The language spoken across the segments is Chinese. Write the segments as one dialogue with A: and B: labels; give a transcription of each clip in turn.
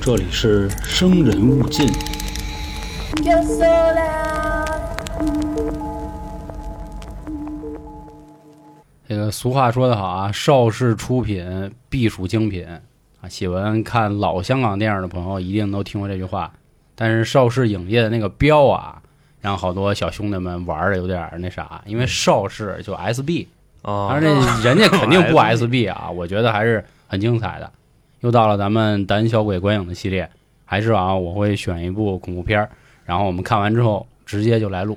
A: 这里是生人勿近。
B: Yo sola.
C: 这个俗话说得好啊，邵氏出品必属精品啊。喜欢看老香港电影的朋友一定都听过这句话。但是邵氏影业的那个标啊，让好多小兄弟们玩的有点儿那啥，因为邵氏就 SB，
D: 啊
C: 但是那人家肯定不
D: SB
C: SB 啊，我觉得还是很精彩的。又到了咱们胆小鬼观影的系列，还是啊，我会选一部恐怖片儿，然后我们看完之后直接就来录。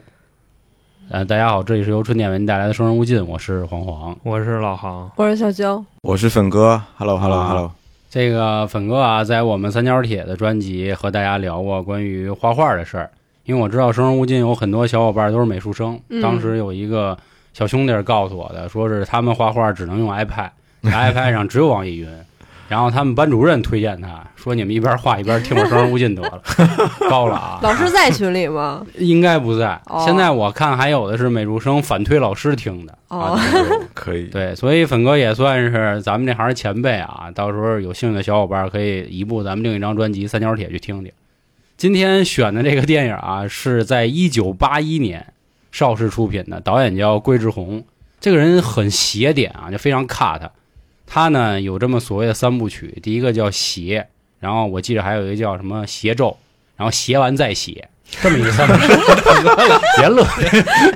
C: 呃，大家好，这里是由春点为您带来的《生人勿近》，我是黄黄。
D: 我是老航，
E: 我是小娇，
F: 我是粉哥，Hello
C: 啊
F: Hello Hello，
C: 这个粉哥啊，在我们三角铁的专辑和大家聊过关于画画的事儿，因为我知道《生人勿近》有很多小伙伴都是美术生，
E: 嗯
C: 当时有一个小兄弟儿告诉我的，说是他们画画只能用 iPad，iPad 上只有网易云。然后他们班主任推荐他说：“你们一边画一边听我《生人勿近》得 了，高了啊！”
E: 老师在群里吗？
C: 应该不在。
E: 哦
C: 现在我看还有的是美术生反推老师听的
E: 哦
C: 啊， 就是
F: 可以，
C: 对，所以粉哥也算是咱们这行前辈啊，到时候有兴趣的小伙伴可以移步咱们另一张专辑《三角铁》去听听。今天选的这个电影啊，是在一九八一年邵氏出品的，导演叫桂志红。这个人很邪点啊，就非常 cut。他呢有这么所谓的三部曲，第一个叫邪，然后我记得还有一个叫什么邪咒，然后邪完再邪，这么一个三部曲。 别乐，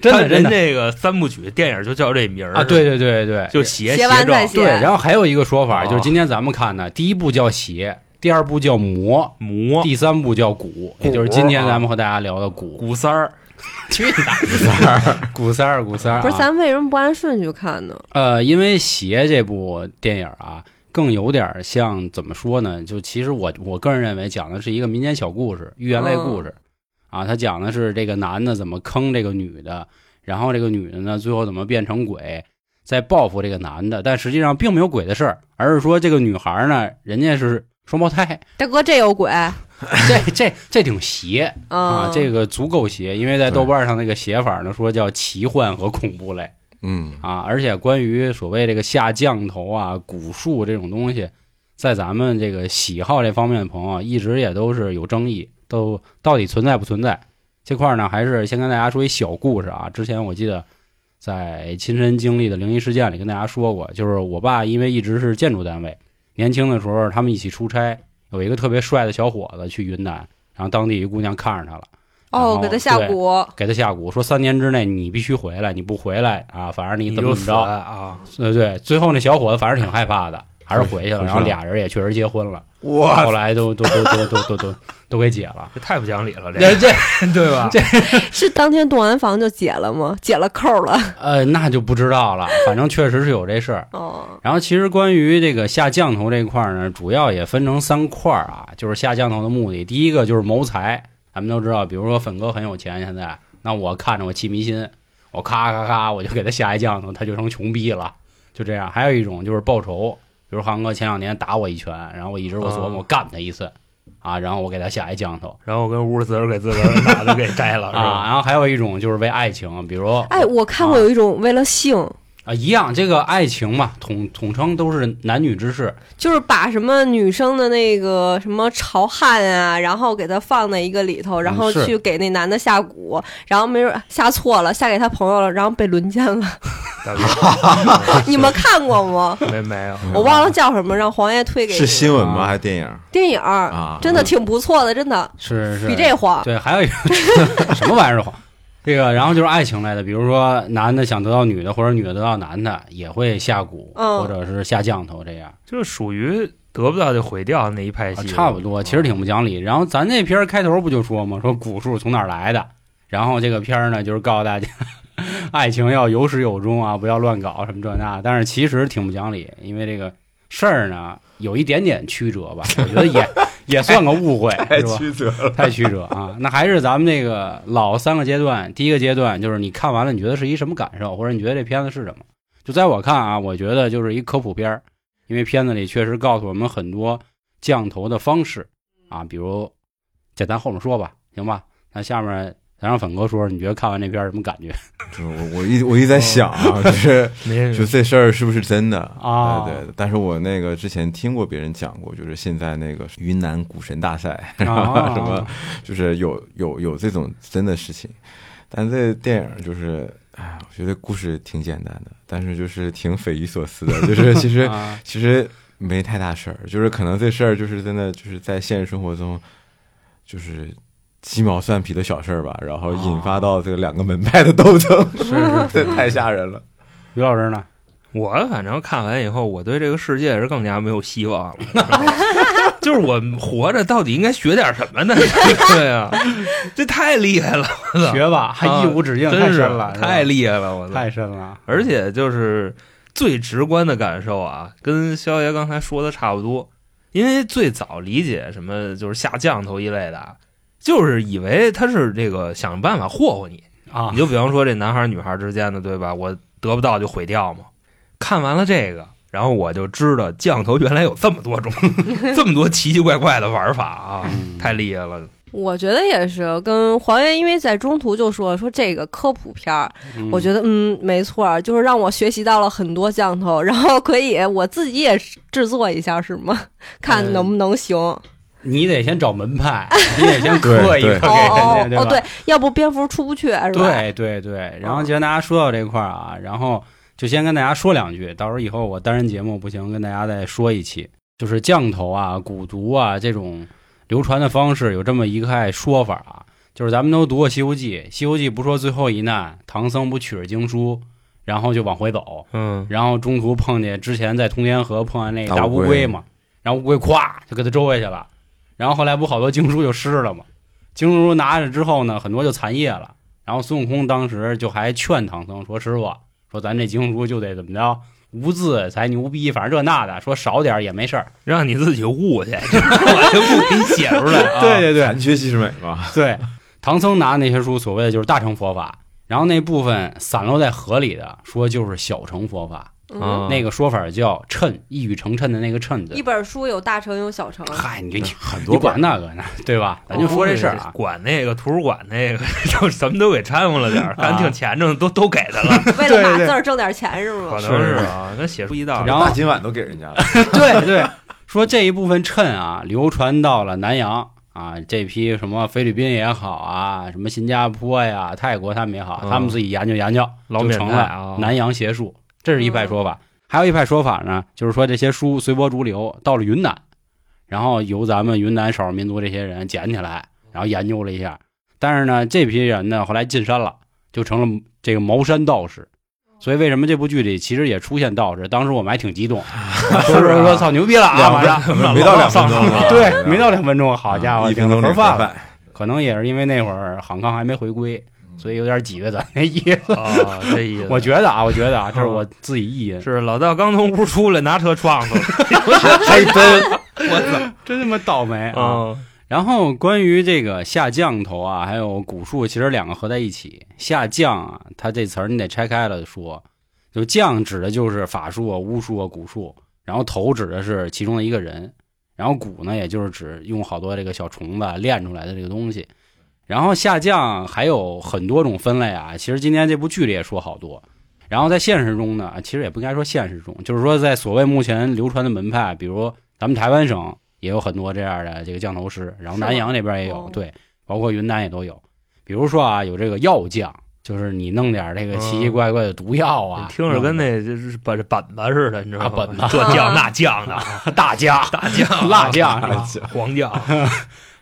C: 真的真
D: 他人
C: 的
D: 这个三部曲电影就叫这名儿
C: 啊，对，对对对，
D: 就邪
E: 邪
D: 邪
E: 完
D: 正
E: 再邪
C: 对，啊然后还有一个说法，
D: 哦
C: 就是今天咱们看的第一部叫邪，第二部叫魔，
D: 魔
C: 第三部叫蛊，也就是今天咱们和大家聊的蛊。
D: 古三儿，
C: 去你大蛊三 儿，蛊三儿，蛊三儿啊！
E: 不是，咱为什么不按顺序看呢？
C: 呃，因为《邪》这部电影啊，更有点像怎么说呢？就其实我我个人认为，讲的是一个民间小故事、寓言类故事、啊。他讲的是这个男的怎么坑这个女的，然后这个女的呢，最后怎么变成鬼，再报复这个男的。但实际上并没有鬼的事儿，而是说这个女孩呢，人家是双胞胎，
E: 大哥，这有鬼嗯
C: 这这这挺邪啊
E: 啊！
C: 这
E: 个
C: 个足够邪，因为在豆瓣上那个写法呢，说叫奇幻和恐怖类。
F: 嗯，
C: 啊，而且关于所谓这个下降头啊、蛊术这种东西，在咱们这个喜好这方面的朋友啊，一直也都是有争议，都到底存在不存在这块儿呢？还是先跟大家说一小故事啊。之前我记得在亲身经历的灵异事件里跟大家说过，就是我爸因为一直是建筑单位，年轻的时候他们一起出差，有一个特别帅的小伙子去云南，然后当地一姑娘看上他了。然
E: 哦
C: 后，
E: 给他下
C: 对
E: 蛊，
C: 给他下蛊，说三年之内你必须回来，你不回来啊，反正你怎么
D: 就
C: 怎么
D: 死
C: 着，
D: 啊？
C: 对对，最后那小伙子反正挺害怕的，还是回去了。
F: 回去了
C: 然后俩人也确实结婚了，
F: 哇，
C: 后来都都都都都都都都给解 了。
D: 这太不讲理了，这
C: 这这
D: 对 吧？
E: 是当天动完房就解了吗？解了扣了？
C: 呃，那就不知道了，反正确实是有这事儿。
E: 哦，
C: 然后其实关于这个下降头这一块儿呢，主要也分成三块儿啊，就是下降头的目的。第一个就是谋财，咱们都知道，比如说粉哥很有钱，现在那我看着我气迷心，我咔咔咔我就给他下一降头，他就成穷逼了， 就这样。还有一种就是报仇，比如航哥前两年打我一拳，然后我一直我琢磨
D: 啊
C: 我干他一次，啊，然后我给他下一降头
D: 然后我跟屋里自个儿给自个儿打的给摘了，是
C: 啊。
D: 吧？
C: 然后还有一种就是为爱情，比如说
E: 哎，我看过有一种为了性，
C: 啊一样，这个爱情嘛，统统称都是男女之事。
E: 就是把什么女生的那个什么潮汗啊，然后给她放在一个里头，然后
C: 是
E: 去给那男的下蛊，然后没准下错了，下给他朋友了，然后被轮奸了。
D: 大哥
E: 你们看过吗？
D: 没没有？
E: 我忘了叫什么，让黄爷推给你
F: 是新闻
C: 啊
F: 吗？还是电影
E: 电影儿
F: 啊？
E: 真的挺不错的，真的
C: 是是，
E: 比这黄。
C: 对，还有一个 什么玩意儿谎，这个然后就是爱情类的，比如说男的想得到女的，或者女的得到男的，也会下蛊、
E: 嗯
C: 或者是下降头这样，
D: 就属于得不到就毁掉那一派
C: 啊
D: 系，
C: 差不多，其实挺不讲理。然后咱这片儿开头不就说嘛，说蛊术从哪儿来的？然后这个片儿呢，就是告诉大家， 爱情要有始有终啊，不要乱搞什么这那。但是其实挺不讲理，因为这个事儿呢，有一点点曲折吧，我觉得也 也算个误会，是吧？
F: 折了，
C: 太曲折啊！那还是咱们这个老三个阶段，第一个阶段就是你看完了，你觉得是一什么感受，或者你觉得这片子是什么？就在我看啊，我觉得就是一科普片儿，因为片子里确实告诉我们很多降头的方式啊，比如简单后面说吧，行吧？那下面咱让粉哥说，你觉得看完这片儿什么感觉
F: 就是我我一我一直在想
C: 哦
F: 啊，就是
D: 没
F: 就这事儿是不是真的
C: 啊
F: 对对，但是我那个之前听过别人讲过，就是现在那个云南股神大赛，然后
C: 啊
F: 什么就是有有有这种真的事情，但这电影就是，哎，我觉得故事挺简单的，但是就是挺匪夷所思的，就是其实
C: 啊？
F: 其实没太大事儿，就是可能这事儿就是真的就是在现实生活中，就是。鸡毛蒜皮的小事儿吧，然后引发到这个两个门派的斗争， 这太吓人了。
C: 于老师呢？
D: 我反正看完以后，我对这个世界是更加没有希望了。 就是我活着到底应该学点什么呢？ 对啊，这太厉害了，
C: 学吧，还
D: 啊
C: 一无止境，太
D: 真是
C: 深了，是吧
D: 太厉害了，我操
C: 太深了。
D: 而且就是最直观的感受啊，跟肖爷刚才说的差不多。因为最早理解什么就是下降头一类的啊，就是以为他是这个想办法霍霍你。
C: 啊
D: 你，就比方说这男孩女孩之间的，对吧？我得不到就毁掉嘛。看完了这个，然后我就知道降头原来有这么多种， 这么多奇奇怪怪的玩法啊，
C: 嗯
D: 太厉害了。
E: 我觉得也是，跟黄源因为在中途就说说这个科普片儿，我觉得嗯没错儿，就是让我学习到了很多降头，然后可以我自己也制作一下是吗？
C: 嗯
E: 看能不能行。
C: 你得先找门派， 你得先磕
F: 对
C: 一个
F: 对
C: 给
E: 哦哦
C: 人家，
E: 哦，
C: 对吧
E: 对，要不蝙蝠出不去是吧？，
C: 对对对，然后就跟大家说到这块儿啊，然后就先跟大家说两句，到时候以后我单人节目不行，跟大家再说一期，就是降头啊、蛊毒啊这种流传的方式有这么一派说法啊，就是咱们都读过《西游记》，《西游记》不说最后一难，唐僧不取着经书，然后就往回走，
D: 嗯，
C: 然后中途碰见之前在通天河碰见那
F: 大
C: 大
F: 乌
C: 乌
F: 龟
C: 龟嘛，然后乌龟咵就给它周下去了，然后后来不好多经书就湿了嘛，经书拿着之后呢，很多就残叶了，然后孙悟空当时就还劝唐僧说：“师傅，说咱这经书就得怎么着，无字才牛逼，反正这那的，说少点儿也没事儿。
D: 让你自己悟去， 我就不给你写出来啊。
C: 对对
F: 残缺即是美嘛。
C: 对，唐僧拿那些书，所谓的就是大乘佛法，然后那部分散落在河里的，说就是小乘佛法，
E: 嗯，
D: 啊，
C: 那个说法叫称，一语成谶的那个谶字
E: 一。本书有大成有小 成，
C: 嗨，你你
F: 很
C: 你管那个呢，对吧？ 咱就说这事儿啊。
D: 管那个图书馆那个，就什么都给掺和了点
C: 啊
D: 儿，咱挺虔诚的，都都给他 了，
E: 为了把字儿挣点钱是吗
D: 可？能是啊，跟写书一道。
C: 哦然 后
F: 大金碗都给人家了，
C: 对对，说这一部分谶啊，流传到了南洋啊，这批什么菲律宾也好啊，什么新加坡呀、泰国他们也好，
D: 嗯
C: 他们自己研究研究，
D: 老
C: 就
D: 缅
C: 成
D: 泰
C: 了
D: 啊
C: 南洋邪术，这是一派说法。还有一派说法呢，就是说这些书随波逐流到了云南，然后由咱们云南少数民族这些人捡起来，然后研究了一下。但是呢，这批人呢后来进山了，就成了这个茅山道士。所以为什么这部剧里其实也出现道士？当时我们还挺激动，说说说操牛逼了啊！马上
F: 没到两分钟啊吧？
C: 对，没到两分钟，好家伙，
F: 啊一瓶
C: 顶了
F: 都
C: 盒饭
F: 饭
C: 了。可能也是因为那会儿杭康还没回归，所以有点挤兑咱 那意思。
D: 啊，这意思。
C: 我觉得啊，我觉得啊，这是我自己意淫，
D: 是老道刚从屋出来，拿车撞 死了。
F: 还真
D: 我
C: 真他妈倒霉
D: 操！！啊，
C: 然后关于这个下降头啊，还有蛊术，其实两个合在一起，下降啊，它这词儿你得拆开了说，就降指的就是法术啊、巫术啊、蛊术，然后头指的是其中的一个人，然后蛊呢，也就是指用好多这个小虫子啊炼出来的这个东西。然后下降还有很多种分类啊，其实今天这部剧里也说好多。然后在现实中呢，其实也不应该说现实中，就是说在所谓目前流传的门派，比如咱们台湾省也有很多这样的这个降头师，然后
E: 是吗
C: 南洋那边也有
E: 哦，
C: 对，包括云南也都有。比如说啊，有这个药降，就是你弄点
E: 嗯
C: 这个奇奇怪怪的毒药啊，
D: 听着跟
C: 弄
D: 那就是本本子似的，你知道
C: 啊
D: 吗
C: 本子？
D: 这 酱那酱的，
C: 大酱、
D: 大酱啊
C: 辣酱是吧？
D: 黄酱，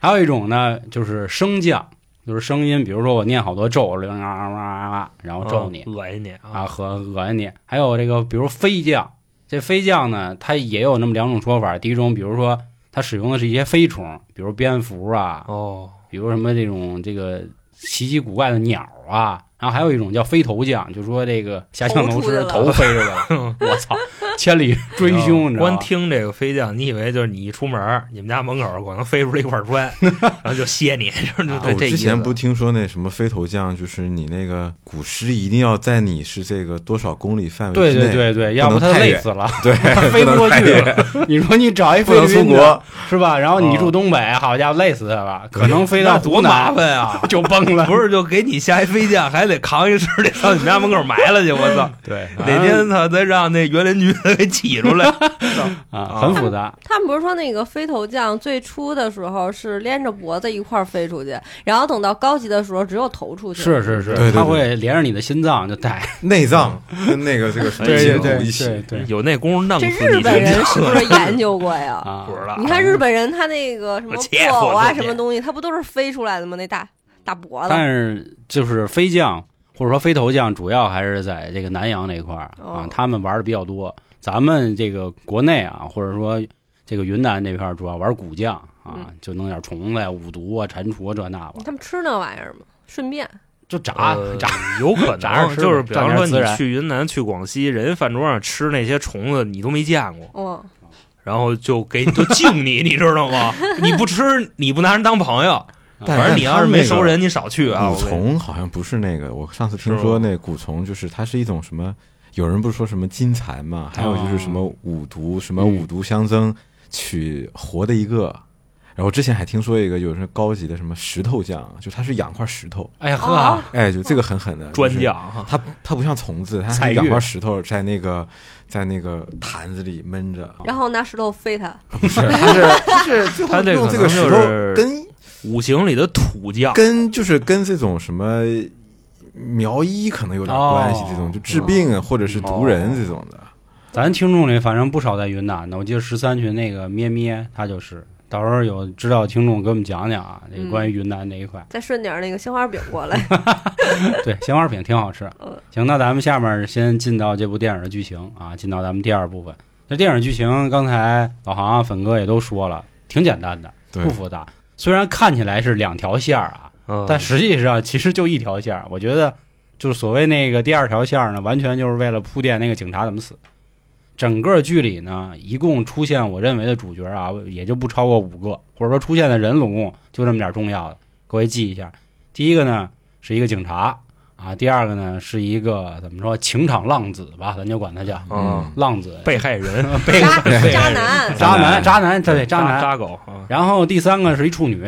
C: 还有一种呢，就是声降，就是声音，比如说我念好多咒，铃啊啊啊啊，然后咒你
D: 啊恶心你啊！
C: 啊，和恶心你。还有这个，比如飞降，这飞降呢，它也有那么两种说法。第一种，比如说它使用的是一些飞虫，比如蝙蝠啊，
D: 哦，
C: 比如什么这种这个奇奇古怪的鸟啊，然后还有一种叫飞头降，就说这个下降头
E: 头出去
C: 师
E: 了
C: 头飞出来了，我操，千里追凶，你知道
D: 光
C: 吗？
D: 听这个飞将，你以为就是你一出门儿，你们家门口儿可能飞出来一块砖，然后就歇你， 就是就
F: 啊我
D: 这意
F: 之
D: 思
F: 前不听说那什么飞头将，就是你那个古诗一定要在你是这个多少公里范围
C: 对
F: 之内，
C: 对对对，要不
F: 不能
C: 他
F: 太
C: 累
F: 远
C: 死了，
F: 对，
C: 他飞不过去了。 你说你找一
F: 不
C: 菲
F: 能
C: 律
F: 出
C: 宾
F: 国嗯
C: 的，， 是吧？然后你住东北，好家伙，累死他了，可能飞到
D: 那多
C: 湖南
D: 麻烦啊！
C: 就崩 了。
D: 不是，就给你下一飞将，还得扛一尸体上你们家门口儿埋了去，我操！
C: 对，啊反
D: 哪
C: 正
D: 天他再让那园林局的给起出来，
C: 啊，很复杂。
E: 他们不是说那个飞头将最初的时候是连着脖子一块儿飞出去，然后等到高级的时候只有头出去。
C: 是是是，
F: 对对对
C: 他会连着你的心脏就带。
F: 内脏跟那个这个
C: 对
F: 筋骨
C: 对
F: 一起，
C: 对对
D: 有那功夫弄
E: 这
D: 死
E: 日
D: 你，
E: 本人
D: 真
E: 是不是研究过呀？
C: 啊
D: 不，知道
E: 你看日本人他那个什么
D: 我
E: 布
D: 切我
E: 偶啊，
D: 说你
E: 什么东西，他不都是飞出来的吗？那大大脖子。
C: 但是就是飞将或者说飞头将，主要还是在这个南洋那块儿啊
E: 哦，
C: 他们玩的比较多。咱们这个国内啊，或者说这个云南这片儿，主要玩骨将啊
E: 嗯，
C: 就弄点虫子呀、五毒啊、蟾蜍啊这那吧，
E: 他们吃那玩意儿吗？顺便
C: 就炸
D: 呃
C: 炸。
D: 有可
C: 炸着
D: 能
C: 吃
D: 就是，比方说
C: 蘸点孜
D: 你
C: 然
D: 去云南、去广西，人家饭桌上吃那些虫子，你都没见过，
E: 哦，
D: 然后就给你就敬你，你知道吗？你不吃，你不拿人当朋友。
F: 但
D: 反正你要是没熟
F: 人。
D: 人，你少去啊。
F: 蛊
D: 我跟你
F: 虫好像不是那个，我上次听
D: 是
F: 说
D: 吗
F: 那蛊虫就是它是一种什么，有人不是说什么金蚕
D: 啊
F: 嘛，还有就是什么五毒，什
D: 嗯
F: 么五毒相争，取活的一个。然后之前还听说一个，有人高级的什么石头匠，就他是养块石头，
C: 哎呀呵
E: 哦，
F: 哎，就这个狠狠的
D: 专。
F: 就是
D: 将哈，
F: 它它不像虫子，它
C: 采
F: 是
C: 玉
F: 养块石头在那个在那个坛子里闷着，
E: 然后拿石头飞他。
F: 不是，它是它是最后
D: 它这个
F: 用这个
D: 可能
F: 石
D: 就
F: 头
D: 是
F: 跟
D: 五行里的土
C: 啊
D: 将。
F: 跟就是跟这种什么苗医可能有点关系
C: 哦，
F: 这种就治病啊或者是毒人这种的。
C: 咱听众里反正不少在云南的，我记得十三群那个咩咩，他就是。到时候有知道的听众给我们讲讲啊，
E: 嗯
C: 这个关于云南这一块。
E: 再顺点儿那个鲜花饼 过来。
C: 对，鲜花饼挺好吃
E: 嗯。
C: 行，那咱们下面先进到这部电影的剧情啊，进到咱们第二部分。那电影剧情，刚才老航、啊粉哥也都说了，挺简单的，
F: 对
C: 不复杂。虽然看起来是两条线儿啊，
D: 嗯
C: 但实际上其实就一条线儿。我觉得，就是所谓那个第二条线儿呢，完全就是为了铺垫那个警察怎么死。整个剧里呢，一共出现我认为的主角啊，也就不超过五个，或者说出现的人总共就这么点儿重要的，各位记一下。第一个呢是一个警察啊，第二个呢是一个怎么说情场浪子吧，咱就管他叫
D: 嗯，
C: 浪子、
D: 被害人、
C: 被
E: 渣
C: 被
E: 渣男，
C: 渣男、渣男，对渣男。
D: 渣狗啊，
C: 然后第三个是一处女，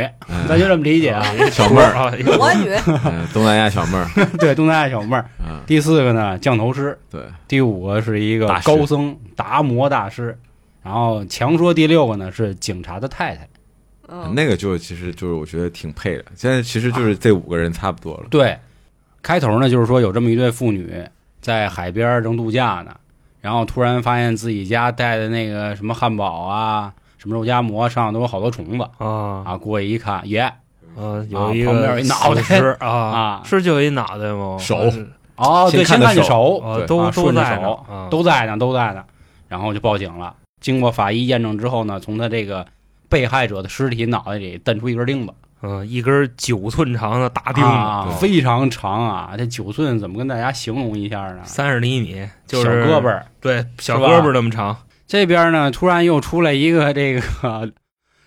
C: 咱就这么理解啊。
F: 小妹儿，
D: 啊，
E: 裸女，
F: 嗯东南亚小 妹儿，
C: 对，东南亚小妹儿。
F: 嗯，
C: 第四个呢，降头师。
F: 对，
C: 第五个是一个
F: 大师
C: 高僧达摩大师，然后强说第六个呢是警察的太太。
E: 嗯，
F: 那个就其实就是我觉得挺配的。现在其实就是这五个人差不多了。
C: 对，开头呢就是说有这么一对父女在海边儿正度假呢，然后突然发现自己家带的那个什么汉堡啊、什么肉夹馍上头都有好多虫子
D: 啊
C: 啊，过去一看，耶，
D: 啊，有一
C: 啊旁边有
D: 个
C: 一脑袋
D: 死尸啊
C: 啊
D: 是就有一脑袋吗？
F: 手
C: 哦，对，先
F: 先看
C: 看
F: 的
C: 见
F: 手
C: 手，
D: 啊
F: 对，
D: 都
C: 啊
D: 都
C: 顺着
D: 在呢
C: 手
D: 啊
C: 都在呢，都在呢，然后就报警了。经过法医验证之后呢，从他这个被害者的尸体脑袋里蹬出一根钉子。
D: 嗯，一根九寸长的大钉
C: 啊，
D: 子，
C: 非常长啊！这九寸怎么跟大家形容一下呢？
D: 三十厘米，就是
C: 小胳膊，儿。
D: 对，小
C: 吧
D: 胳膊那么长。
C: 这边呢，突然又出来一个这个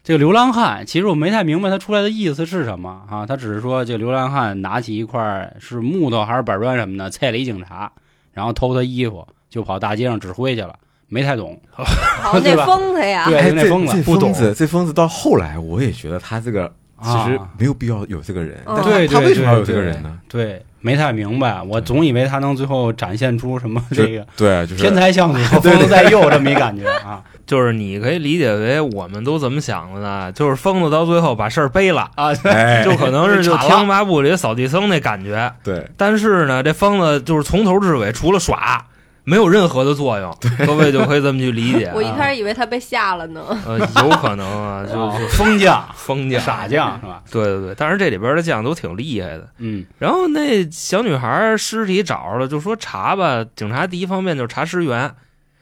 C: 这个流浪汉。其实我没太明白他出来的意思是什么啊？他只是说这个流浪汉拿起一块是木头还是板砖什么的，菜了一警察，然后偷他衣服，就跑大街上指挥去了。没太懂，
E: 好那疯他呀，
C: 对
D: 啊
F: 哎，
C: 那
F: 这
C: 疯子
F: 这
D: 不懂
F: 疯子，这疯子到后来我也觉得他这个其实
C: 啊
F: 没有必要有这个人，
E: 啊。
F: 但他
C: 对
F: 他
C: 对
F: 为什么要有
C: 对
F: 这个
C: 对
F: 人呢？
C: 对，没太明白。我总以为他能最后展现出什么
F: 就
C: 这个
F: 对，啊就是
C: 天才相左，疯子在右这么一感觉啊
D: 就是你可以理解为我们都怎么想的呢？就是疯子到最后把事儿背了，
C: 啊！
F: 哎，
D: 就可能是就《
C: 铲了
D: 天龙八部》里的扫地僧那感觉。
F: 对，
D: 但是呢，这方子就是从头至尾除了耍，没有任何的作用。各位就可以这么去理解啊
E: 我一开始以为他被吓了呢。
D: 呃，有可能啊，就
C: 就是疯将、
D: 疯将、
C: 哦傻。将是吧？
D: 对对对，但是这里边的将都挺厉害的。
C: 嗯。
D: 然后那小女孩尸体找着了，就说查吧。警察第一方面就是查尸源，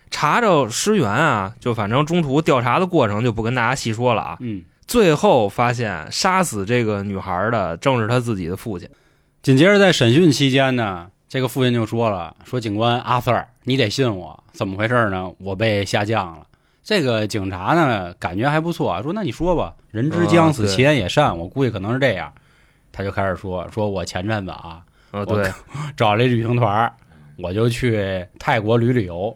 D: 查着尸源啊，就反正中途调查的过程就不跟大家细说了啊。
C: 嗯，
D: 最后发现杀死这个女孩的正是她自己的父亲。
C: 紧接着在审讯期间呢，这个父亲就说了：“说警官阿 Sir，你得信我，怎么回事呢？我被下降了。”这个警察呢，感觉还不错，啊说：“那你说吧，人之将死，
D: 啊对
C: 其言也善。我估计可能是这样。”他就开始说：“说我前阵子啊，
D: 啊，
C: 我
D: 对，
C: 找了一旅行团儿，我就去泰国旅旅游。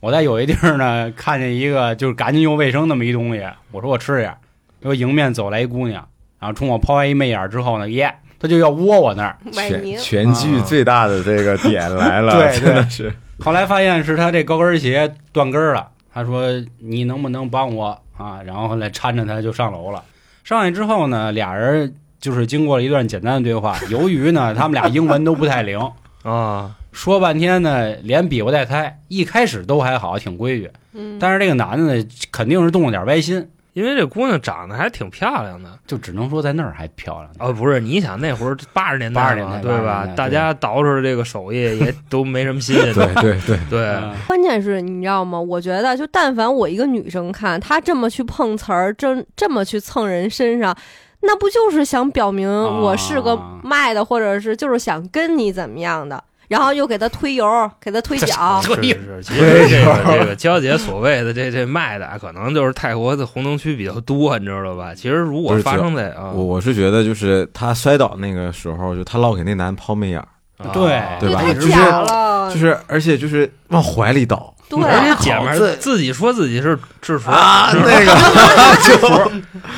C: 我在有一地儿呢，看见一个就是赶紧用卫生那么一东西，我说我吃点儿，结果迎面走来一姑娘，然后冲我抛来一媚眼儿之后呢，耶，她就要窝我那儿。
E: 买
F: 全
E: 您
F: 全剧最大的这个点来了，
C: 啊对对
F: 真的是
C: 后来发现是她这高跟鞋断跟儿了，她说你能不能帮我啊？然后后来搀着她就上楼了。上去之后呢，俩人就是经过了一段简单的对话， 由于呢他们俩英文都不太灵。
D: 啊，
C: 说半天呢，连比划带猜，一开始都还好，挺规矩。
E: 嗯，
C: 但是这个男的呢，肯定是动了点歪心，
D: 因为这姑娘长得还挺漂亮的
C: 就只能说在那儿还漂亮。
D: 啊，不是？你想那会儿八十年代嘛
C: 80年代
D: 对
C: 80
D: 吧
C: 年代？
D: 大家捯饬这个手艺也都没什么新鲜
F: 对
D: 的，
F: 对对，
D: 对，
C: 嗯
E: 关键是你知道吗？我觉得就但凡我一个女生看她这么去碰瓷儿，这这么去蹭人身上。那不就是想表明我是个
C: 啊
E: 卖的，或者是就是想跟你怎么样的，然后又给她推油，给她推脚，
D: 是是，其实这个这个娇姐所谓的这这卖的啊，可能就是泰国的红灯区比较多，你知道吧？其实如果
F: 不是
D: 发
F: 主要
D: 生在啊，
F: 我我是觉得就是她摔倒那个时候，就她老给那男抛媚眼儿，
D: 啊
C: 对
F: 对吧
E: 太
F: 你是不是
E: 假了
F: 就，是而且就是往怀里倒
E: 对，啊
D: 而且姐们
F: 好自
D: 儿自己说自己是制服
F: 啊，
D: 是吧
F: 那个就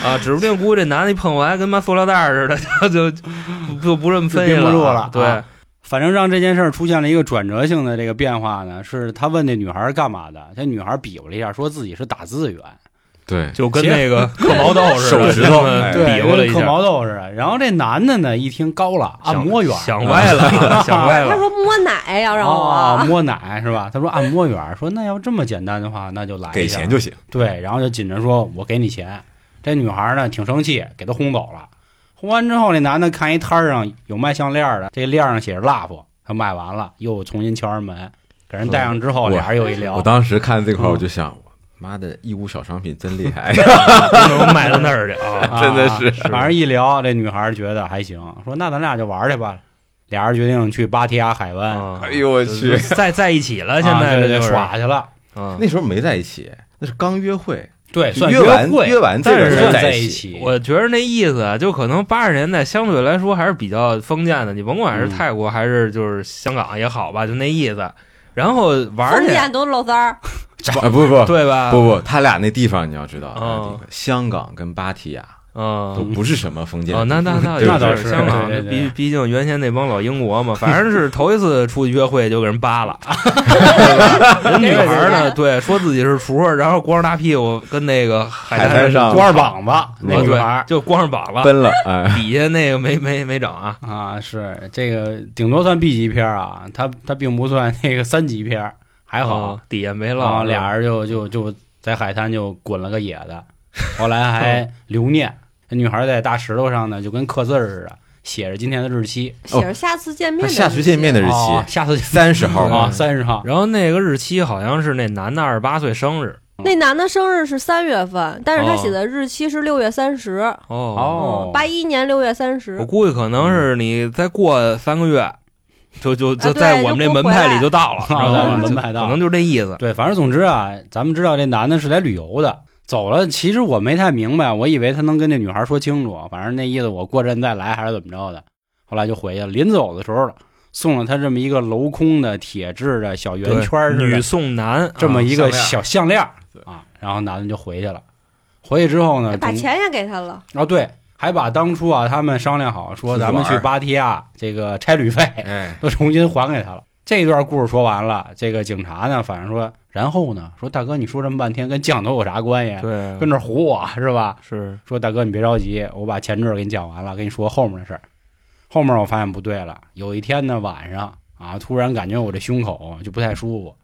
D: 啊，指不定估计这男的一碰完跟妈塑料袋儿似的，就就就不这么分析
C: 就憋不住了
D: 了。对
C: 啊，反正让这件事儿出现了一个转折性的这个变化呢，是他问那女孩儿干嘛的，这女孩儿比划了一下，说自己是打字员，
F: 对，
D: 就跟 那个嗑毛豆似的，
F: 手指头
D: 这么
F: 哎
D: 比划了一
C: 跟嗑
D: 下，
C: 毛豆似的。然后这男的呢，一听高了，按摩员，
D: 想歪 了啊，想歪
E: 他
D: 了。
E: 说摸奶呀、让我、
C: 哦，摸奶是吧？他说按摩员，说那要这么简单的话，那就来一
F: 给
C: 下
F: 钱就行，
C: 对，然后就紧着说：“我给你钱。”这女孩呢挺生气，给他轰走了。轰完之后，那男的看一摊儿上有卖项链儿的，这链儿上写着 “love”，他卖完了，又重新敲人门，给人带上之后，
F: 我
C: 俩人又一聊
F: 我，当时看这块儿我就想，妈的，义乌小商品真厉害，
D: 不能卖到那儿去啊！
C: 啊
F: 真的是
C: 反正一聊，这女孩觉得还行，说：“那咱俩就玩去吧。”俩人决定去芭提雅海湾，
D: 啊
F: 哎呦我去，
D: 在在一起了，
C: 啊
D: 现在
C: 对
D: 这
C: 对
D: 就是
C: 耍去了。
D: 啊
F: 那时候没在一起，那是刚约会，
C: 对，
F: 就
C: 算
F: 约完
C: 会，
F: 约完这
D: 但
F: 个
D: 是
F: 人
C: 在
F: 在
C: 一
F: 起，
C: 起。
D: 我觉得那意思啊，就可能八十年代相对来说还是比较封建的，你甭管是泰国还是就是香港也好吧，就那意思。然后玩儿
E: 封
D: 去，
E: 建都露腮儿，
F: 啊不不
D: 对吧？
F: 不不，他俩那地方你要知道，那个
D: 嗯
F: 地方香港跟芭提雅都
D: 嗯，
F: 不是什么封建
D: 哦，那那那
C: 对
D: 也
C: 那倒是
D: 是香港
C: 对，对对
D: 毕毕竟原先那帮老英国嘛，反正是头一次出去约会就给人扒了。人女孩儿呢，对，说自己是厨，然后光着大屁股跟那个海
F: 海滩上
C: 光着膀子，那
D: 哦
C: 女
D: 对
C: 孩儿
D: 就光着膀子，
F: 奔了哎，
D: 底下那个没没没整啊。
C: 啊，是这个顶多算 B 级片儿啊，它它并不算那个三级片儿，还好
D: 哦。，底下没
C: 然后
D: 落，
C: 俩人就就就在海滩就滚了个野的，后来还留念。那女孩在大石头上呢，就跟刻字儿似的，写着今天的日期，
E: 写着下次见面
F: 他
E: 的日期、
F: 下次见面的日
C: 哦
F: 期
C: 下次
F: 三十号
C: 啊，
D: 嗯
C: 三十号。
D: 然后那个日期好像是那男的二十八岁生日
E: 那男的生日是三月份，但是他
D: 哦
E: 写的日期是六月三十、
D: 哦
C: 哦
E: 八一年六月三
D: 我
E: 十。
D: 估计可能是你再过三个月，就就就
E: 啊对
D: 在我们这门派里就到了，
C: 就不回来
D: 知道
C: 啊
D: 吧
C: 门派到
D: 哦可能就这意思。
C: 对，反正总之啊，咱们知道这男的是来旅游的，走了。其实我没太明白，我以为他能跟这女孩说清楚，反正那意思我过阵再来还是怎么着的。后来就回去了，临走的时候送了他这么一个镂空的铁质的小圆圈儿似
D: 女
C: 的
D: 送男
C: 这么一
D: 啊
C: 个
D: 项链
C: 小项链儿啊，然后男的就回去了。回去之后呢，
E: 把
C: 总
E: 钱也给他了，
C: 啊对，还把当初啊他们商量好说
F: 出去
C: 咱们去
F: 玩儿
C: 芭提雅这个差旅费，
F: 哎，
C: 都重新还给他了。这一段故事说完了，这个警察呢，反正说，然后呢，说大哥，你说这么半天跟降头有啥关系？啊
D: 对，
C: 跟这儿唬我是吧？
D: 是
C: 说大哥，你别着急，我把前置给你讲完了，跟你说后面的事儿。后面我发现不对了，有一天呢晚上啊，突然感觉我这胸口就不太舒服，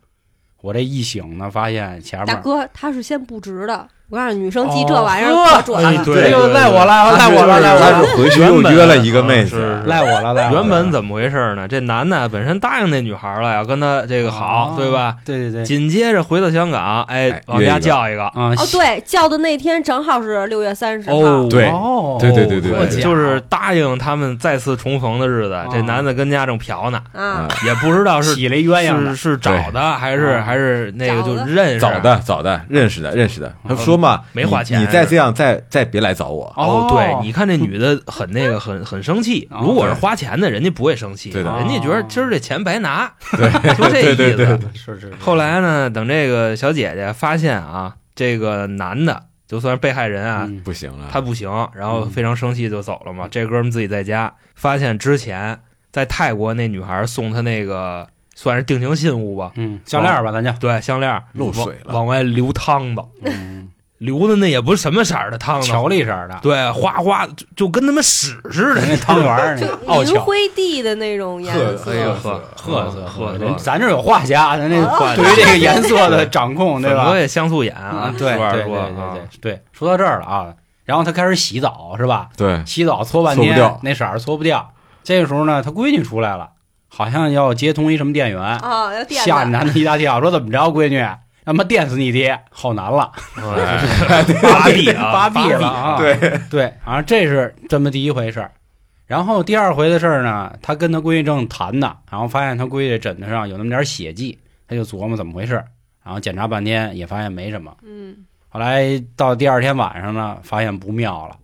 C: 我这一醒呢，发现前
E: 大
C: 面
E: 哥他是先不值的，我告诉你，女生记这
C: 哦
E: 玩意儿可准
D: 哎
E: 了。
D: 对
G: 这就赖我了，赖我了，赖我
F: 啊他
G: 了。
F: 是回去又约了一个妹
D: 原本
F: 子
D: 啊，
G: 赖我了，赖我了。
D: 原本怎么回事呢？这男的本身答应那女孩了，要跟她这个好，
C: 啊
D: 对吧？
G: 对哦对对，
D: 紧接着回到香港，哎
F: 哎，
D: 往
F: 约
D: 家
F: 一个
D: 叫一个，
C: 啊，
E: 哦，对，叫的那天正好是六月三十号，
D: 哦，
F: 对
C: 啊
G: 哦，
F: 对对对对
G: 我哦
F: 对
D: 就是答应他们再次重逢的日子，这男的跟家正嫖呢，
F: 嗯
E: 啊，
D: 也不知道是
G: 起了一鸳鸯
D: 是
G: 的，哦
D: 是找的还是
C: 啊
D: 还是那个
E: 找
D: 就
E: 的
D: 认识
F: 早的早的认识的认识的，他说嘛，
D: 嗯没花钱
F: 你你再这样再再别来找我，
D: 哦
G: 哦，
D: 对，你看这女的很那个，很很生气。
C: 哦
D: 如果是花钱的，人家不会生气，
F: 对的
D: 人家觉得今儿这钱白拿，
F: 对
D: 就这意思。
F: 对对对对
G: 哦是是。
D: 后来呢，等这个小姐姐发现啊，这个男的就算是被害人啊，
C: 嗯
F: 不行了，
D: 他不行，然后非常生气就走了嘛。这哥们自己在家发现之前在泰国那女孩送他那个算是定情信物吧，
C: 嗯，项链儿吧，咱就
D: 对，项链
F: 漏水
D: 往
F: 了，
D: 往外流汤子，
C: 嗯，
D: 流的那也不是什么色儿的汤子，
C: 巧力色儿的，
D: 对，哗哗就就跟他妈屎似的
C: 人。家汤圆儿那
E: 就
C: 个
D: 傲
E: 银
D: 娇
E: 灰地的那种颜色。
D: 哎呦
F: 褐色嗯
D: 褐色褐
C: 人
D: 色，
C: 咱这儿有画家，咱这
D: 哦
C: 哦 对于这个颜色的掌控，对吧
D: 我？也香素眼啊
C: 嗯，对
D: 俗话
C: 对对
D: 说
C: 对
D: 啊
C: 对，对，说到这儿了啊，然后他开始洗澡是吧？
F: 对，
C: 洗澡搓半
F: 搓不
C: 天
F: 掉，
C: 那色儿搓不掉。这个时候呢，他闺女出来了，好像要接通一什么电源，
E: 啊，要电
C: 吓
E: 的，
C: 男的一大跳，说怎么着，闺女，他妈电死你爹，好难了，
D: 八臂啊，
C: 八
D: 臂
C: 臂了啊！
F: 对
C: 对，啊，这是这么第一回事儿。然后第二回的事儿呢，他跟他闺女正谈呢，然后发现他闺女枕头上有那么点血迹，他就琢磨怎么回事儿，然后检查半天也发现没什么。
E: 嗯，
C: 后来到第二天晚上呢，发现不妙了，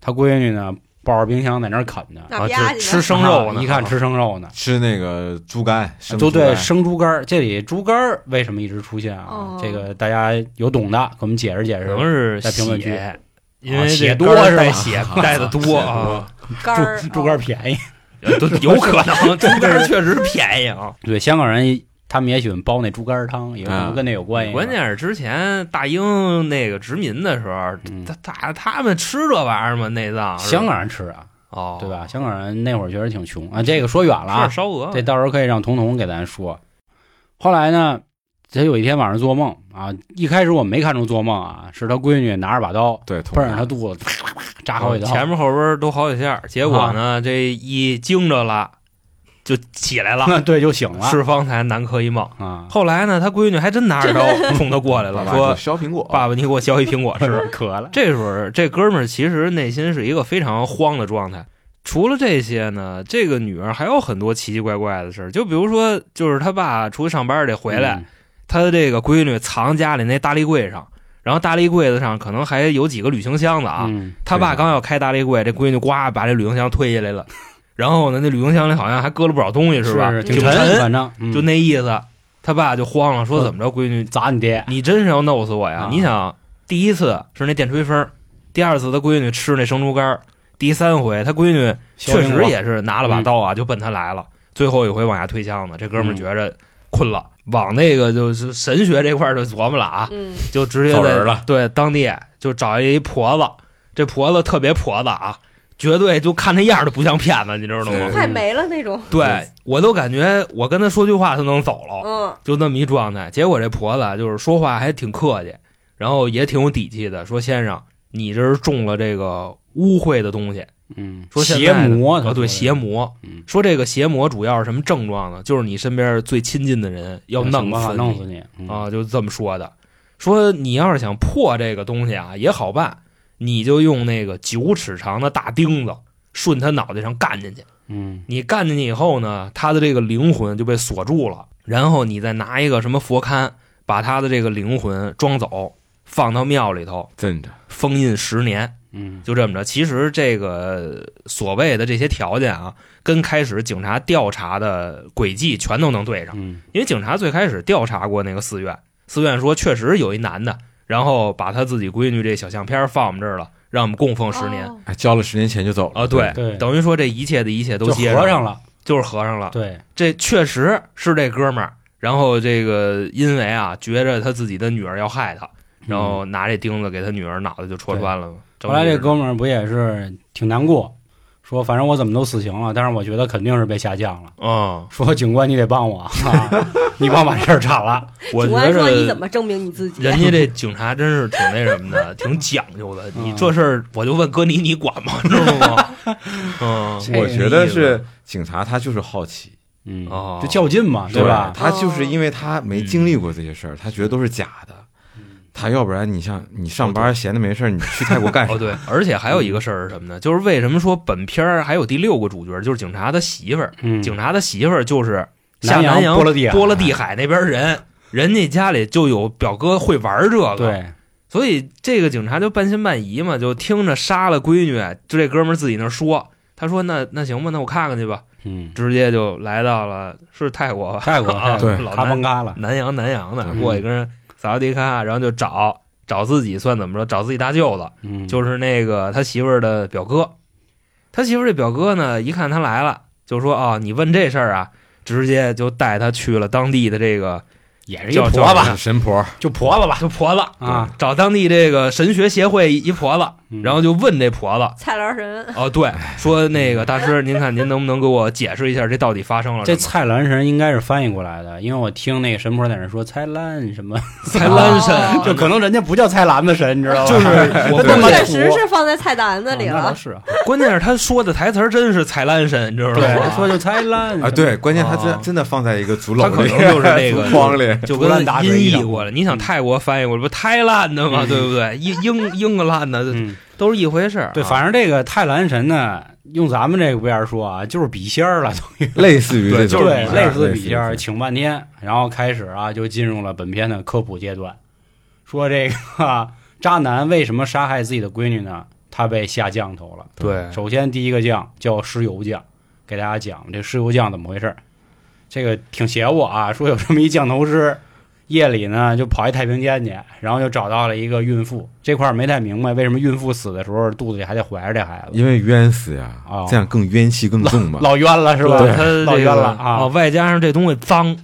C: 他闺女呢抱着冰箱在那儿啃呢，
E: 那
D: 啊，
E: 吧唧
D: 这
E: 的
D: 吃生肉
C: 啊
D: 呢，
C: 一看吃生肉呢，
F: 吃那个猪肝，
D: 啊
F: 生
C: 都
F: 猪肝
C: 对生猪肝儿。这里猪肝儿为什么一直出现啊？
E: 哦
C: 这个大家有懂的，给我们解释解
D: 可
C: 释。
D: 能是
C: 哎在评论区啊
D: 血，因为
C: 血
D: 这
C: 多
D: 肝儿
C: 是吧
D: 带血 带的多啊，
E: 肝儿，
C: 猪猪肝儿便宜，
D: 都有可 能，猪肝儿确实便宜啊。
C: 对香港人他们也喜欢煲那猪肝儿汤，也有可能跟那有关系。啊
D: 关键是之前大英那个殖民的时候，
C: 嗯
D: 他他他们吃这玩意儿吗？内脏是吧
C: 香港人吃啊，
D: 哦，
C: 对？吧？香港人那会儿确实挺穷啊。这个说远了啊
D: 吃点，烧鹅，
C: 这到时候可以让彤彤给咱说。后来呢，他有一天晚上做梦啊，一开始我没看出做梦啊，是他闺女拿着把刀
F: 对，同
C: 奔着
F: 样
C: 他肚子 啪啪啪扎好几啊刀，
D: 哦前面后边都好几下，结果呢，这一惊着了，就起 来了，
C: 面对就醒了，
D: 是方才南柯一梦。
C: 啊，
D: 后来呢，他闺女还真拿着 刀冲他过来
F: 爸
D: 了，
F: 爸
D: 说
F: 削苹果：“，
D: 爸爸，你给我削一苹果 吃。
C: 渴了”。
D: 这时候，这哥们儿其实内心是一个非常慌的状态。除了这些呢，这个女儿还有很多奇奇怪怪的事儿，就比如说，就是他爸出去上班得回
C: 嗯
D: 来，他这个闺女藏家里那大立柜上，然后大立柜子上可能还有几个旅行箱子啊，
C: 嗯，
D: 他爸刚要开大立柜，这闺女呱把这旅行箱推下来了，然后呢，那旅行箱里好像还搁了不少东西，
C: 嗯，
D: 吧？
C: 是
D: 挺
C: 挺沉，嗯反正嗯
D: 就那意思。他爸就慌了，说怎么着，闺女，
C: 砸你爹，
D: 你真是要弄死我呀
C: 啊？
D: 你想，第一次是那电吹风，第二次他闺女吃那生猪肝儿，第三回他闺女确实也是拿了把刀啊，就奔他来了。最后一回往下推箱子，这哥们儿
C: 嗯
D: 觉着困了，往那个就是神学这块儿就琢磨了啊，
E: 嗯，
D: 就直接
F: 找
D: 在
F: 人了
D: 对当地就找一婆子，这婆子特别婆子啊，绝对就看那样儿都不像骗子，你知道吗
F: 对？
E: 快没了那种，
D: 对我都感觉我跟他说句话他能走了，
E: 嗯，
D: 就那么一状态。结果这婆子就是说话还挺客气，然后也挺有底气的，说先生，你这是中了这个污秽的东西，
C: 嗯，
D: 说现
C: 邪
D: 在呢
C: 魔，他
D: 啊，对
C: 说的
D: 邪魔
C: 嗯，
D: 说这个邪魔主要是什么症状呢？就是你身边最亲近的人要弄
C: 想办
D: 死
C: 法
D: 你
C: 弄死你嗯
D: 啊，就这么说的。说你要是想破这个东西啊，也好办，你就用那个九尺长的大钉子顺他脑袋上干进去。
C: 嗯
D: 你干进去以后呢，他的这个灵魂就被锁住了，然后你再拿一个什么佛龛，把他的这个灵魂装走，放到庙里头
F: 镇着，
D: 封印十年，
C: 嗯
D: 就这么着。其实这个所谓的这些条件啊，跟开始警察调查的轨迹全都能对上。
C: 嗯
D: 因为警察最开始调查过那个寺院，寺院说确实有一男的，然后把他自己闺女这小相片放我们这儿了，让我们供奉十年。
E: 哦，
F: 哎，交了十年钱就走了
D: 啊，对，
C: 对
D: 等于说这一切的一切都
C: 就
D: 接
C: 合
D: 上
C: 上
D: 了，
C: 了，
D: 就是合上了。
C: 对，
D: 这确实是这哥们儿，然后这个因为啊，觉着他自己的女儿要害他，然后拿这钉子给他女儿脑袋就戳穿了嘛。
C: 嗯后来这
D: 们
C: 哥们儿不也是挺难过，说反正我怎么都死刑了，但是我觉得肯定是被下降了。
D: 嗯，
C: 说警官，你得帮我，啊、 你帮我把这事儿铲 了。
D: 我
E: 主
D: 觉
E: 观说你
D: 得
E: 怎么证明你自己？啊
D: 人家这警察真是挺那什么的， 挺讲究的。你
C: 嗯
D: 这事儿，我就问哥你，你管吗？知道吗？ 嗯，
C: 这
F: 我
C: 个
F: 觉得是警察，他就是好奇，
C: 嗯，
D: 哦
C: 就较劲嘛，对吧？
F: 他就是因为他没经历过这些事儿，他觉得都是假的。
D: 嗯
F: 他要不然你像你上班闲的没事儿，你去泰国干啥
D: 哦？对，而且还有一个事儿是什么呢？就是为什么说本片儿还有第六个主角，就是警察的媳妇儿。
C: 嗯，
D: 警察的媳妇儿就是下
C: 南
D: 南
C: 洋
D: 洋
C: 波罗的海
D: 波罗的海那边 人，人家家里就有表哥会玩这个，，
C: 对，
D: 所以这个警察就半信半疑嘛，就听着杀了闺女，就这哥们儿自己那儿说，他说那那行吧，那我看看去吧，
C: 嗯，
D: 直接就来到了是泰国吧，
C: 泰国
D: 啊
C: 泰国
F: 对
D: 老
C: 咔
D: 南
C: 嘣嘎了，
D: 南洋南洋的
C: 嗯
D: 过去跟人萨瓦迪卡，然后就找找自己算怎么着，找自己大舅子，
C: 嗯，
D: 就是那个他媳妇儿的表哥。他媳妇儿这表哥呢，一看他来了，就说：“啊，你问这事儿啊，直接就带他去了当地的这个
C: 也是一
D: 叫
C: 婆
D: 叫
C: 子，
F: 神婆，
C: 就婆子吧，
D: 就婆子
C: 啊，
D: 找当地这个神学协会一婆子，
C: 嗯哎
D: 然后就问这婆子。”
E: 菜 篮神，
D: 哦，对，说那个大师，您看您能不能给我解释一下这到底发生了什
C: 这
D: 么？
C: 蔡澜神应该是翻译过来的，因为我听那个神婆在那说蔡澜什么，
D: 才烂神，
E: 哦
C: 就可能人家不叫蔡澜的神，你知道吧？
D: 就是我
C: 那
D: 问
C: 么
D: 了
E: 确实是放在菜篮子里
C: 哦那倒
E: 了。
C: 是啊，
D: 关键是他说的台词儿真是才烂神，你知道
C: 对，
D: 吗？
C: 他说就蔡澜
F: 啊，，对，关键他
D: 啊
F: 真真的放在一个竹
D: 他
F: 篓
D: 可
F: 里，
D: 能就是那 个
F: 竹筐里，
D: 就
C: 竹
D: 跟
C: 篮打水
D: 音
C: 一
D: 译
C: 样
D: 过来。你想泰国翻译过来不太烂的嘛，
C: 嗯
D: 对不对？英英英格兰的
C: 嗯，
D: 都是一回事儿啊。
C: 对，反正这个太蓝神呢，用咱们这个 VR 说啊，就是笔仙儿了，
F: 类似于
D: 对
F: 这
D: 就
F: 种
D: 是
C: 对，
D: 笔仙
C: 类
F: 啊类
C: 似
F: 于
C: 笔仙儿，请半天，然后开始啊，就进入了本片的科普阶段，说这个、啊渣男为什么杀害自己的闺女呢？他被下降头了。
D: 对
C: 首先第一个降叫尸油降，给大家讲这尸油降怎么回事儿。这个挺邪乎啊，说有这么一降头师，夜里呢就跑一太平间去，然后就找到了一个孕妇。这块儿没太明白为什么孕妇死的时候肚子里还得怀着这孩子，
F: 因为冤死呀
C: 啊，
F: 这样更冤气更重嘛。
C: 老冤了是吧？
D: 他
C: 老
D: 这
C: 冤
D: 个
C: 了啊
D: 哦外加上这东西脏，你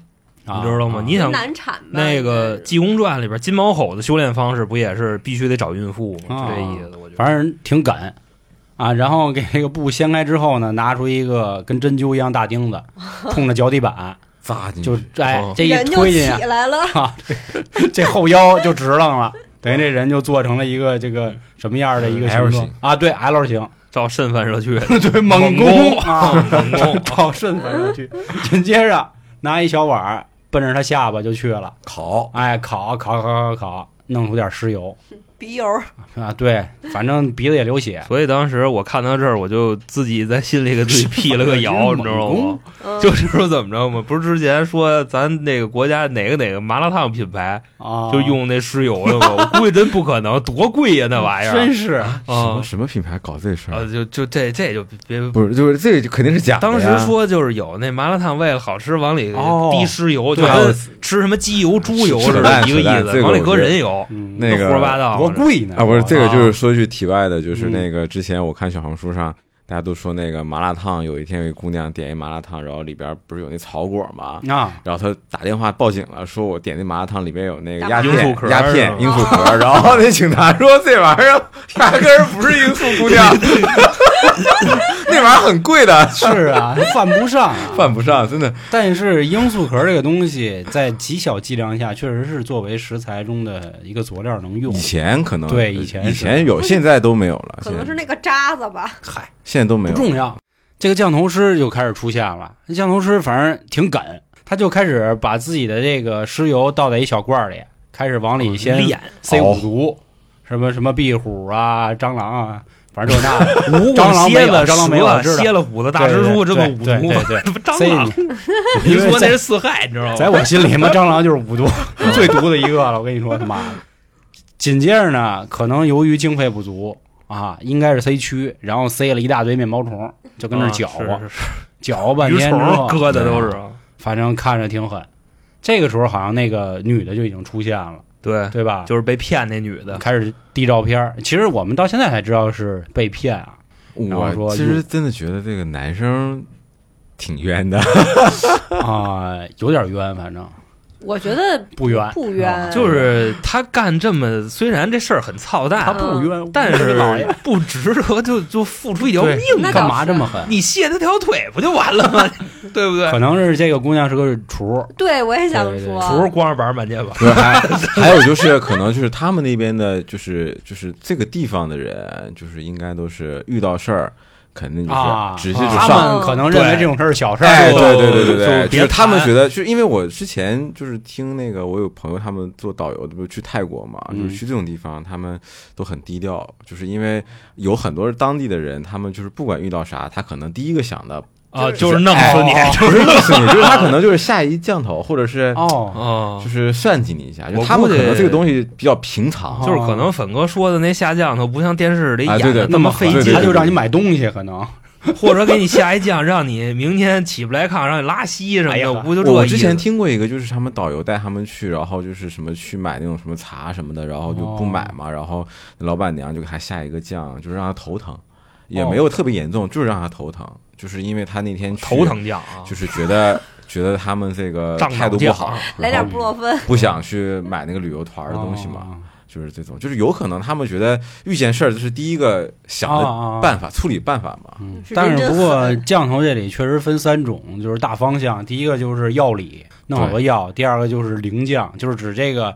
C: 啊
D: 知道吗？你想
E: 难产吧？
D: 那个《
E: 应
D: 济公传》里边金毛吼的修炼方式不也是必须得找孕妇吗？
C: 啊
D: 就这意思，我觉得。
C: 反正挺赶啊。然后给这个布掀开之后呢，拿出一个跟针灸一样大钉 子，冲着脚底板
F: 扎进
C: 就
F: 去，
C: 哎
D: 哦
C: 这一
E: 该是人就
C: 推进
E: 起来了，
C: 去啊，对 这后腰就直愣了，等于这人就做成了一个这个什么样的一个形
F: 嗯 L
C: 状
F: 型
C: 啊？对 L 型，
D: 照肾反射区，
C: 对
D: 猛
C: 攻
D: 攻
C: 啊，
D: 猛攻
C: 朝顺反正去，紧接着拿一小碗儿奔着他下巴就去了，
F: 烤
C: 哎，烤烤烤烤烤，弄出点尸油
E: 鼻油
C: 啊，对，反正鼻子也流血。
D: 所以当时我看到这儿，我就自己在心里给自己辟了个谣，你知道
C: 猛攻
D: 吗？就是说怎么着嘛，不是之前说咱那个国家哪个哪个麻辣烫品牌
C: 啊，
D: 就用那尸油了吗？我估计真不可能，多贵呀那玩意儿
C: 真是
F: 什么
D: 啊！
F: 什么品牌搞这事
D: 啊，
F: 儿？
D: 就就这这就别。
F: 嗯不是，啊就是这就肯定是假的呀。
D: 当时说就是有那麻辣烫为了好吃往里
C: 哦
D: 滴尸油，就
C: 对
D: 跟吃什么鸡油、猪油似的，一个
F: 扯淡
D: 意
F: 扯淡这
D: 思，
F: 个
D: 往里
F: 我
D: 搁
F: 觉得
D: 人油，
C: 嗯
F: 那个
D: 胡说八道。
C: 多贵呢
F: 啊，不是这个，
D: 啊
F: 就是说句题外的，就是
C: 哦嗯
F: 那个之前我看小红书上大家都说那个麻辣烫，有一天有一姑娘点一麻辣烫，然后里边不是有那草果吗？
C: 啊，
F: 然后她打电话报警了，说我点那麻辣烫里边有那个鸦
D: 罂粟
F: 片
D: 壳、
F: 鸦
D: 儿
F: 片、
D: 是
F: 罂粟壳儿，然 后那警察说这玩意儿压根儿不是罂粟姑娘， 那玩意儿很贵 的，
C: 是啊，犯不上、啊。
F: 犯不上，真的。
C: 但是罂粟壳这个东西，在极小剂量下，确实是作为食材中的一个佐料能用
F: 以。前可能
C: 对以
F: 以
C: 前是
F: 前有，现在都没有了，
E: 可
F: 现
E: 能是
F: 在
E: 那个渣子吧。
C: 嗨，
F: 现在都没
C: 不
F: 有。
C: 重要。这个降头师就开始出现了，那降头师反正挺梗，他就开始把自己的这个尸油倒在一小罐儿里，开始往
D: 嗯
C: 里先
D: 练
C: 塞五
F: 哦
C: 毒，什么什么壁虎啊、蟑螂啊，反正这那的。
D: 五
C: 蟑螂没
D: 蝎
C: 有
D: 子、
C: 蟑螂没有
D: 蛇
C: 我知道
D: 蝎了虎子、大
C: 对
D: 师
C: 对
D: 叔这么
C: 对
D: 五毒，
C: 对对对
D: 这不 蟑
C: 所以
D: 螂
C: 你，
D: 你
C: 因为
D: 说那
C: 在
D: 是四害，你知道
C: 在
D: 吗？
C: 我心里嘛，蟑螂就是五毒
D: 嗯
C: 最毒的一个了。我跟你说，他妈的！紧接着呢，可能由于经费不足啊，应该是 C 区，然后塞了一大堆面包虫，就跟那儿搅和，
D: 啊是，是
C: 搅和
D: 是
C: 半
D: 鱼
C: 天之
D: 虫啊
C: 后，啊
D: 搁的都是。
C: 反正看着挺狠。这个时候好像那个女的就已经出现了，
D: 对，
C: 对啊吧？
D: 哎就是被骗那女的，
C: 开始递照片儿。其实我们到现在才知道是被骗 啊，然后说
F: 我其实真的觉得这个男生挺冤的，
C: 啊、有点冤，反正
E: 我觉得
C: 不啊冤，
E: 不冤，
D: 就是他干这么，虽然这事儿很操
C: 他
D: 蛋，
C: 不冤，
D: 但
C: 我老
D: 是
C: 爷
D: 不值得就就付出一条
C: 对
D: 命
E: 那
C: 干
D: 干
E: 倒
D: 嘛？
C: 嘛这么狠？
D: 你卸他条腿不就完了吗？ 对不对？
C: 可能是这个姑娘是个厨，
E: 对我也想
C: 对对对
E: 说，
D: 不是光玩满街跑，
F: 不是还还有就是可能就是他们那边的，就是就是这个地方的人，就是应该都是遇到事儿，肯定就
C: 啊，
F: 是直接就
C: 他
F: 上。
C: 们可能认为这种事儿是小事儿，
F: 哎，
C: 就
F: 对对对对
C: 就
F: 对，就
C: 别
F: 是他们
C: 谈
F: 觉得，就是因为我之前就是听那个，我有朋友他们做导游，不是去泰国嘛，
C: 嗯
F: 就是去这种地方，他们都很低调，就是因为有很多当地的人，他们就是不管遇到啥，他可能第一个想的
D: 啊，就是弄死你，
F: 不是弄死你，就是他可能就是下一降头，或者是
C: 哦，
D: 哦
F: 就，是算计你一下，就
D: 我
F: 他们
D: 估
F: 可
D: 计
F: 能这个东西比较平常
C: 哦，
D: 就是可能粉哥说的那下降头不像电视里
F: 啊
D: 演的
F: 对对
D: 哎那么费
F: 对对
D: 劲
C: 他，就让你买东西，可能
D: 或者给你下一降，让你明天起不来炕，让你拉稀什么
C: 哎呀
D: 的，不就这意思？
F: 我之前听过一个，就是他们导游带他们去，然后就是什么去买那种什么茶什么的，然后就不买
D: 哦
F: 嘛，然后老板娘就给他下一个酱，就是让他头疼，
D: 哦
F: 也没有特别严重，就是让他头疼，就是因为他那天去
D: 头，疼降啊，
F: 就是觉得觉得他们这个
D: 胀啊
F: 态度
D: 酱
F: 不好，
E: 来
F: 然后
E: 点布洛芬，
F: 不想去买那个旅游团的东西嘛。
D: 哦
F: 就是这种，就是有可能他们觉得遇见事儿就是第一个想
D: 哦
C: 啊啊啊
F: 的办法、处理办法嘛。
C: 嗯
E: 是
C: 但
E: 人
C: 是
E: 真
C: 不过
E: 狠
C: 降头这里确实分三种，就是大方向。第一个就是药理，弄好多药；第二个就是灵降，就是指这个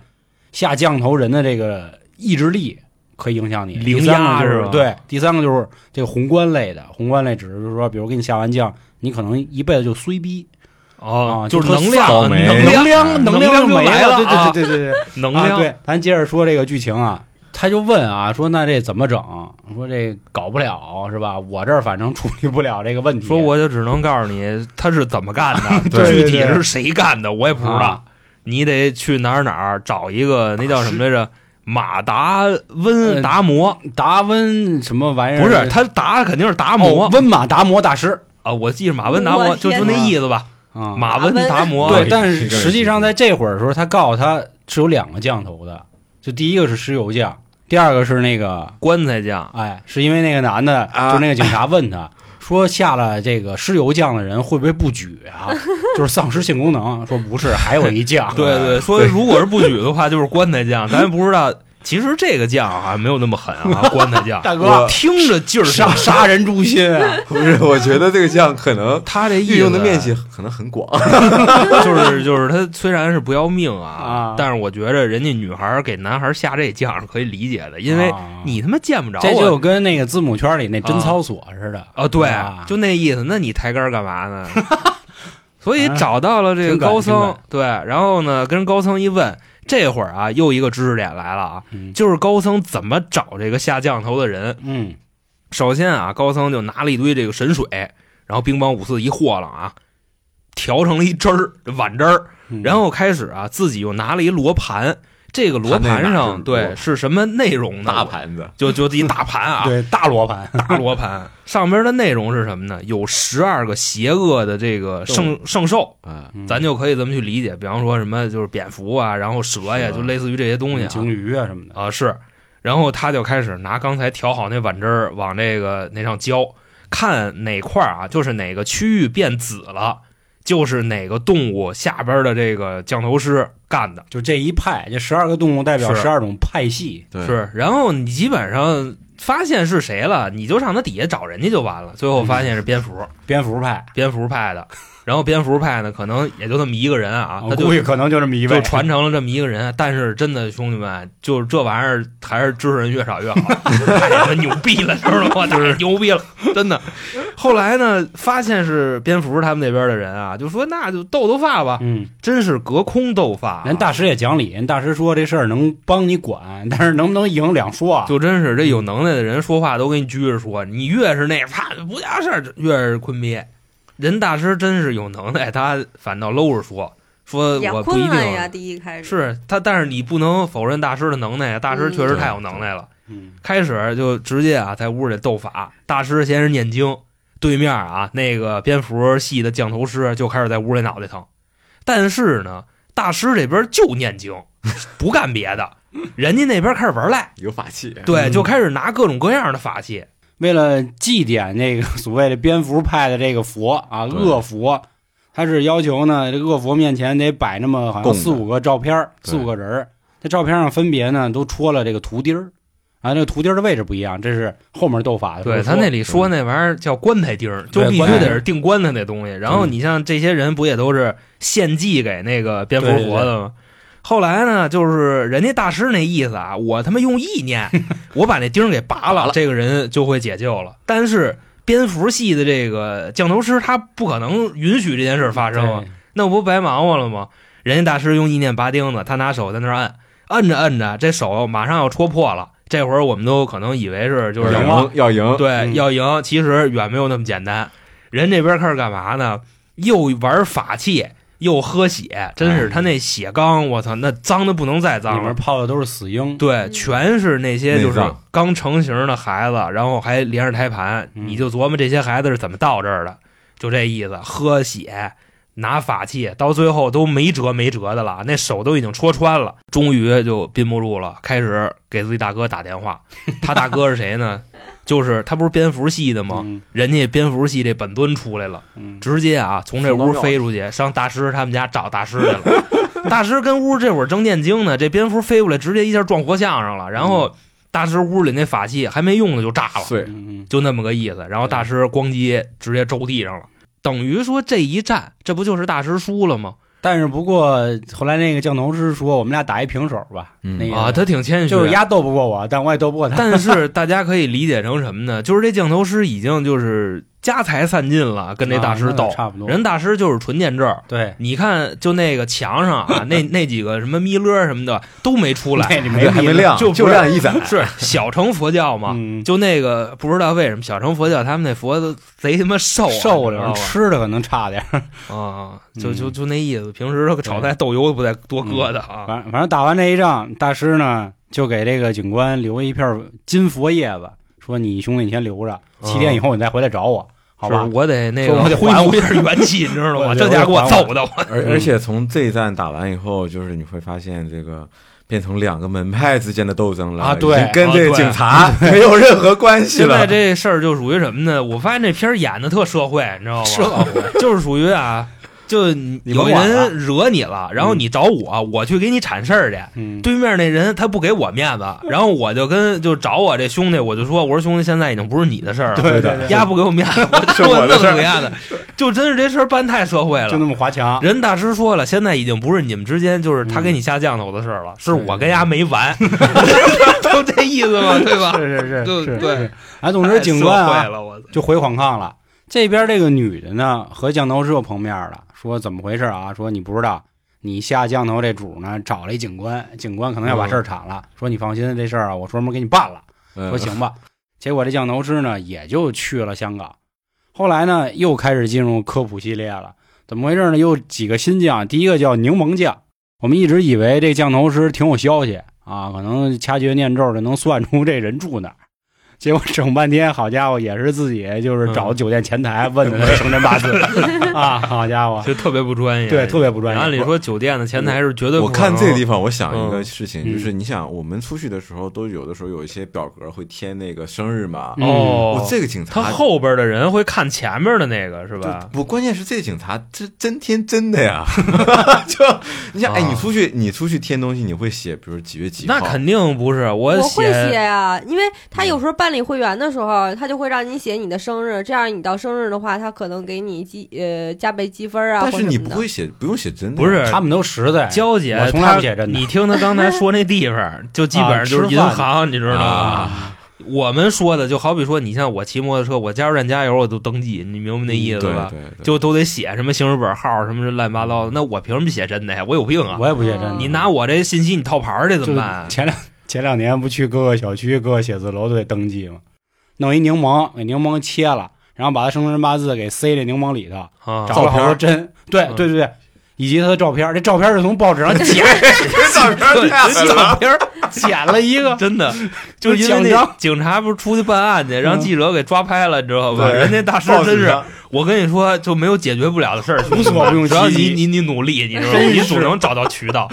C: 下降头人的这个意志力可以影响你。
D: 灵
C: 第三个
D: 压
C: 就是
D: 吧
C: 对，第三个就是这个宏观类的，宏观类指的就是说，比如给你下完降，你可能一辈子就衰逼，
D: 哦
C: 啊，
D: 就是
C: 就特
D: 能量，
F: 倒霉
D: 能量，
C: 哎量
D: 能
C: 量
D: 量
C: 就
D: 就
C: 没
D: 来了啊
C: 对对对对对。
D: 能
C: 啊。
D: 量，
C: 对，咱接着说这个剧情啊，他就问啊，说那这怎么整？说这搞不了是吧？我这儿反正处理不了这个问题。
D: 说我就只能告诉你他是怎么干 的，
C: 对
D: 具体
C: 对对
D: 是谁干的我也不知道
C: 啊。
D: 你得去哪儿哪儿找一个那叫什么来着？马达温达摩
C: 达温什么玩意儿？
D: 不是他达肯定是达摩
C: 哦温马达摩大师
D: 啊，我记着马温达摩
E: 我
D: 就
E: 天
D: 就那意思吧，
C: 啊。
D: 马温达摩
C: 对，
F: 哎
C: 但
F: 这
C: 是
F: 个人
C: 实际上
F: 是
C: 在这会儿的时候，他告诉他是有两个降头的，就第一个是石油降，第二个是那个
D: 棺材匠
C: 哎，是因为那个男的，
F: 啊
C: 就是那个警察问他、 说下了这个尸油降的人会不会不举啊？ 就是丧失性功能？说不是，还有一啊降。
D: 对啊对，说如果是不举的话，就是棺材匠，咱也不知道。其实这个酱啊，没有那么狠 啊，棺材酱。
C: 大哥
D: 我听着劲儿
C: 杀
D: 上，
C: 杀人诛心啊！
F: 不是，我觉得这个酱可能
D: 他这意思
F: 运用的面积可能很广。
D: 就是就是他虽然是不要命啊
C: 啊，
D: 但是我觉着人家女孩儿给男孩儿下这酱是可以理解的，因为
C: 啊
D: 你他妈见不着
C: 这
D: 我
C: 就跟那个字母圈里那贞操所似的
D: 啊，对
C: 啊，
D: 就那意思。那你抬杆儿干 嘛呢？所以找到了这个
C: 挺敢
D: 高
C: 挺
D: 僧
C: 敢，
D: 对，然后呢，跟高僧一问，这会儿啊，又一个知识点来了啊，
C: 嗯
D: 就是高僧怎么找这个下降头的人。
C: 嗯
D: 首先啊，高僧就拿了一堆这个神水，然后乒乓五四一和了啊，调成了一汁儿碗汁儿，
C: 嗯
D: 然后开始啊，自己又拿了一罗盘，这个罗
F: 他那
D: 盘
F: 哪是
D: 上对
F: 罗
D: 是什么内容呢？
F: 大，盘子，
D: 就就一大盘啊，
C: 对大罗盘
D: 大罗盘上边的内容是什么呢？有十二个邪恶的这个圣圣兽，
F: 啊，
D: 咱就可以这么去理解，比方说什么就是蝙蝠啊，然后蛇呀，
F: 蛇
D: 就类似于这些东西啊，
C: 鲸鱼啊什么的，
D: 啊，是。然后他就开始拿刚才调好那碗汁儿往这个那上浇，看哪块儿啊，就是哪个区域变紫了，就是哪个动物下边的这个降头师干的。
C: 就这一派，这十二个动物代表
D: 是
C: 十二种派系。
F: 对，
D: 是，然后你基本上发现是谁了，你就上他底下找人家就完了。最后发现是蝙蝠，
C: 蝙蝠派，
D: 蝙蝠派的。然后蝙蝠派呢，可能也就那么一个人啊，
C: 我
D: 他就
C: 估计可能就这么一位
D: 就传承了这么一个人。啊但是真的，兄弟们，就是这玩意儿还是知识人越少越好，太他妈牛逼了，知道 吗？太牛逼了，真的。 后来呢，发现是蝙蝠他们那边的人啊，就说那就斗斗法吧，
C: 嗯，
D: 真是隔空斗法啊、
C: 人大师也讲理，人大师说这事儿能帮你管，但是能不能赢两说啊。
D: 就真是这有能耐的人说话都给你拘着说，你越是那啪不叫事儿，越是坤憋。人大师真是有能耐，他反倒搂着说说
E: 也
D: 我不
E: 困
D: 一定啊
E: 难呀，第一开始
D: 是他，但是你不能否认大师的能耐，啊大师确实太有能耐了。
C: 嗯
D: 开始就直接啊，在屋里斗法。大师先是念经，对面啊那个蝙蝠系的降头师就开始在屋里脑袋疼。但是呢，大师这边就念经，不干别的，人家那边开始玩赖，
F: 有法器。
D: 对，
C: 嗯
D: 就开始拿各种各样的法器。
C: 为了祭奠这个所谓的蝙蝠派的这个佛啊，
F: 对
C: 恶佛，他是要求呢，这个恶佛面前得摆那么好像
F: 供着
C: 四五个照片儿，
F: 对
C: 四五个人儿。这照片上分别呢都戳了这个图钉儿，啊，这个图钉儿的位置不一样，这是后面斗法的时候
D: 对
C: 说。
D: 他那里说那玩意儿叫棺材钉儿，就
C: 对
D: 必须
C: 棺材
D: 得
C: 钉嗯
D: 是定棺材那东西。然后你像这些人不也都是献祭给那个蝙蝠
C: 对对
D: 活的吗？ 后来呢，就是人家大师那意思啊，我他妈用 意念，我把那钉儿给拔了，这个人就会解救了。但是蝙蝠系的这个降头师，他不可能允许这件事儿发生啊，
C: 对
D: 那不白忙活了吗？人家大师用意念拔钉子，他拿手在那儿按，按着按着，这手马上要戳破了。这会儿我们都可能以为是就是
C: 赢了
F: 要赢要赢，
D: 对，
C: 嗯
D: 要赢其实远没有那么简单。人这边开始干嘛呢？又玩法器，又喝血，真是他那血缸，我操，那脏的不能再
C: 哎里
D: 脏
C: 面
D: 了。
C: 泡的都是死鹰，
D: 对，全是那些就是
F: 内脏
D: 刚成型的孩子，然后还连着胎盘，
C: 嗯
D: 你就琢磨这些孩子是怎么到这儿的，就这意思。喝血，拿法器，到最后都没辙没辙的了，那手都已经戳穿了，终于就憋不住了，开始给自己大哥打电话。他大哥是谁呢？ 就是他不是蝙蝠系的吗？
C: 嗯
D: 人家蝙蝠系这本尊出来了，
C: 嗯，
D: 直接啊从这屋飞出去，上大师他们家找大师去了。 大师跟屋这会儿正念经呢，这蝙蝠飞过来，直接一下撞活像上了。然后大师屋里那法器还没用呢就炸了，
F: 碎
C: 嗯嗯
D: 就那么个意思。然后大师咣叽直接周地上了，等于说这一战，这不就是大师输了吗？
C: 但是不过后来那个降头师说，我们俩打一平手吧。
F: 嗯
C: 那个
D: 啊，他挺谦虚，
C: 就是丫斗不过我，但我也斗不过他。
D: 但是大家可以理解成什么呢？就是这降头师已经就是家财散尽了，跟这大
C: 啊
D: 师
C: 那
D: 斗。
C: 差不多
D: 人大师就是纯见证儿，
C: 对，
D: 你看就那个墙上啊， 那那几个什么弥勒什么的都没出
C: 那
D: 来，啊
C: 里
F: 对
C: 没
F: 还没
C: 理
F: 亮，
D: 就
F: 就
D: 不是
F: 亮一盏，
D: 是小乘佛教嘛？
C: 嗯，
D: 就那个不知道为什么小乘佛教他们那佛都贼他妈瘦啊
C: 瘦
D: 你
C: 点
D: 知道
C: 儿，
D: 吧
C: 吃的可能差点儿。
D: 啊，
C: 嗯
D: 就就就那意思。平时炒菜豆油不带多搁的啊，
C: 反反正打完这一仗，大师呢就给这个警官留一片金佛叶子，说你兄弟你先留着，七
D: 哦
C: 天以后你再回来找我，好
D: 是
C: 吧？
D: 我得那
C: 说
D: 个
C: 我得
D: 恢
C: 还
D: 复
C: 我
D: 一下元气，你知道吗？
C: 我得
D: 这家给我
C: 还我
D: 揍的，我
F: 而而且从这一战打完以后，就是你会发现这个变成两个门派之间的斗争了
C: 啊对
F: 已经跟这
D: 啊对
F: 个警察没有任何关系
D: 现
F: 了。
D: 在这事儿就属于什么呢？我发现这片儿演的特社会，你知道吗？社会就是属于啊，就你
C: 甭
D: 有
C: 管了
D: 人惹你了，然后你找我，我去给你铲事儿去。
C: 嗯，
D: 对面那人他不给我面子，然后我就跟就找我这兄弟，我就说我说兄弟，现在已经不是你的事儿了，
C: 对
F: 对
C: 对，
D: 丫不给我面子，我
F: 是
D: 就
F: 我的
D: 弄
F: 事儿
D: 死丫的，就真是这事儿办太社会
C: 就那
D: 了。
C: 么华强，
D: 人大师说了，现在已经不是你们之间，就是他给你下降头的事儿
C: 嗯
D: 了，是我跟丫没完， 就这意思嘛，对吧？
C: 是是
D: 就是
C: 是
D: 对
C: 是。哎，总之警官
D: 太社
C: 啊
D: 会了，我操！
C: 就回黄抗了。这边这个女的呢和降头师又碰面了，说怎么回事啊？说你不知道，你下降头这主呢找了一警官，警官可能要
D: 嗯
C: 把事儿铲了，说你放心，这事儿啊我专门给你办了。
F: 嗯
C: 说行吧。结果这降头师呢，也就去了香港。后来呢，又开始进入科普系列了。怎么回事呢？又几个新将，第一个叫柠檬酱。我们一直以为这降头师挺有消息啊，可能掐诀念咒就能算出这人住哪儿。结果整半天，好家伙，也是自己就是找酒店前台问的那生辰八字啊，好家伙，
D: 就特别不专业。
C: 对，特别不专业。
D: 按理说酒店的前台是绝对不
F: 我
D: 可能
F: 看这个地方，我想一个事
C: 嗯
F: 情，就是你想我们出去的时候，都有的时候有一些表格会贴那个生日嘛。
C: 嗯
D: 哦
F: 我，这个警
D: 他
F: 察
D: 后边的人会看前面的那个是
F: 就
D: 吧？
F: 不，关键是这警察这真天真的呀！ 就你想，哎，
D: 啊
F: 你出去你出去添东西，你会写，比如几月几号？
D: 那肯定不是，我
E: 我会写
D: 写
E: 呀、因为他有时候办理会员的时候，他就会让你写你的生日，这样你到生日的话，他可能给你积呃加倍积分啊，
F: 但
E: 或
F: 是
E: 者
F: 你
E: 什么
F: 不
E: 的。
F: 会写，不用写真的。
D: 不是
C: 他们都实在，
D: 娇姐，
C: 我从来
D: 她
C: 不写真的啊
D: 你听他刚才说那地方，就基本上就是银行，你知道吗？
F: 啊，
D: 我们说的就好比说，你像我骑摩托车，我加油站加油，我都登记，你明白那
C: 嗯
D: 意思
F: 对
D: 吧？
F: 对对，
D: 就都得写什么行驶本号什么这乱七八糟的，那我凭什么写真的呀？我有病啊！
C: 我也不写真的。
D: 你拿我这信息你套牌儿去怎
C: 就是
D: 么办啊？
C: 前两前两年不去各个小区、各个写字楼都得登记吗？弄一柠檬，给柠檬切了，然后把他生辰八字给塞这柠檬里头，
D: 啊
C: 找了好多针，对
D: 嗯
C: 对对对，以及他的照片，这照片是从报纸上 剪
F: 照片太狠了
D: 照片儿
C: 剪了一个，
D: 真的，就因为
C: 奖
D: 那
C: 章
D: 警察不是出去办案去，让记者给抓拍了，你知道吧？
F: 对
D: 人家大师
F: 报
D: 真
F: 纸
D: 是
F: 上，
D: 我跟你说，就没有解决不了的事儿，无
A: 所不用其极
D: 只要你你你努力，你知道吗？你总能找到渠道。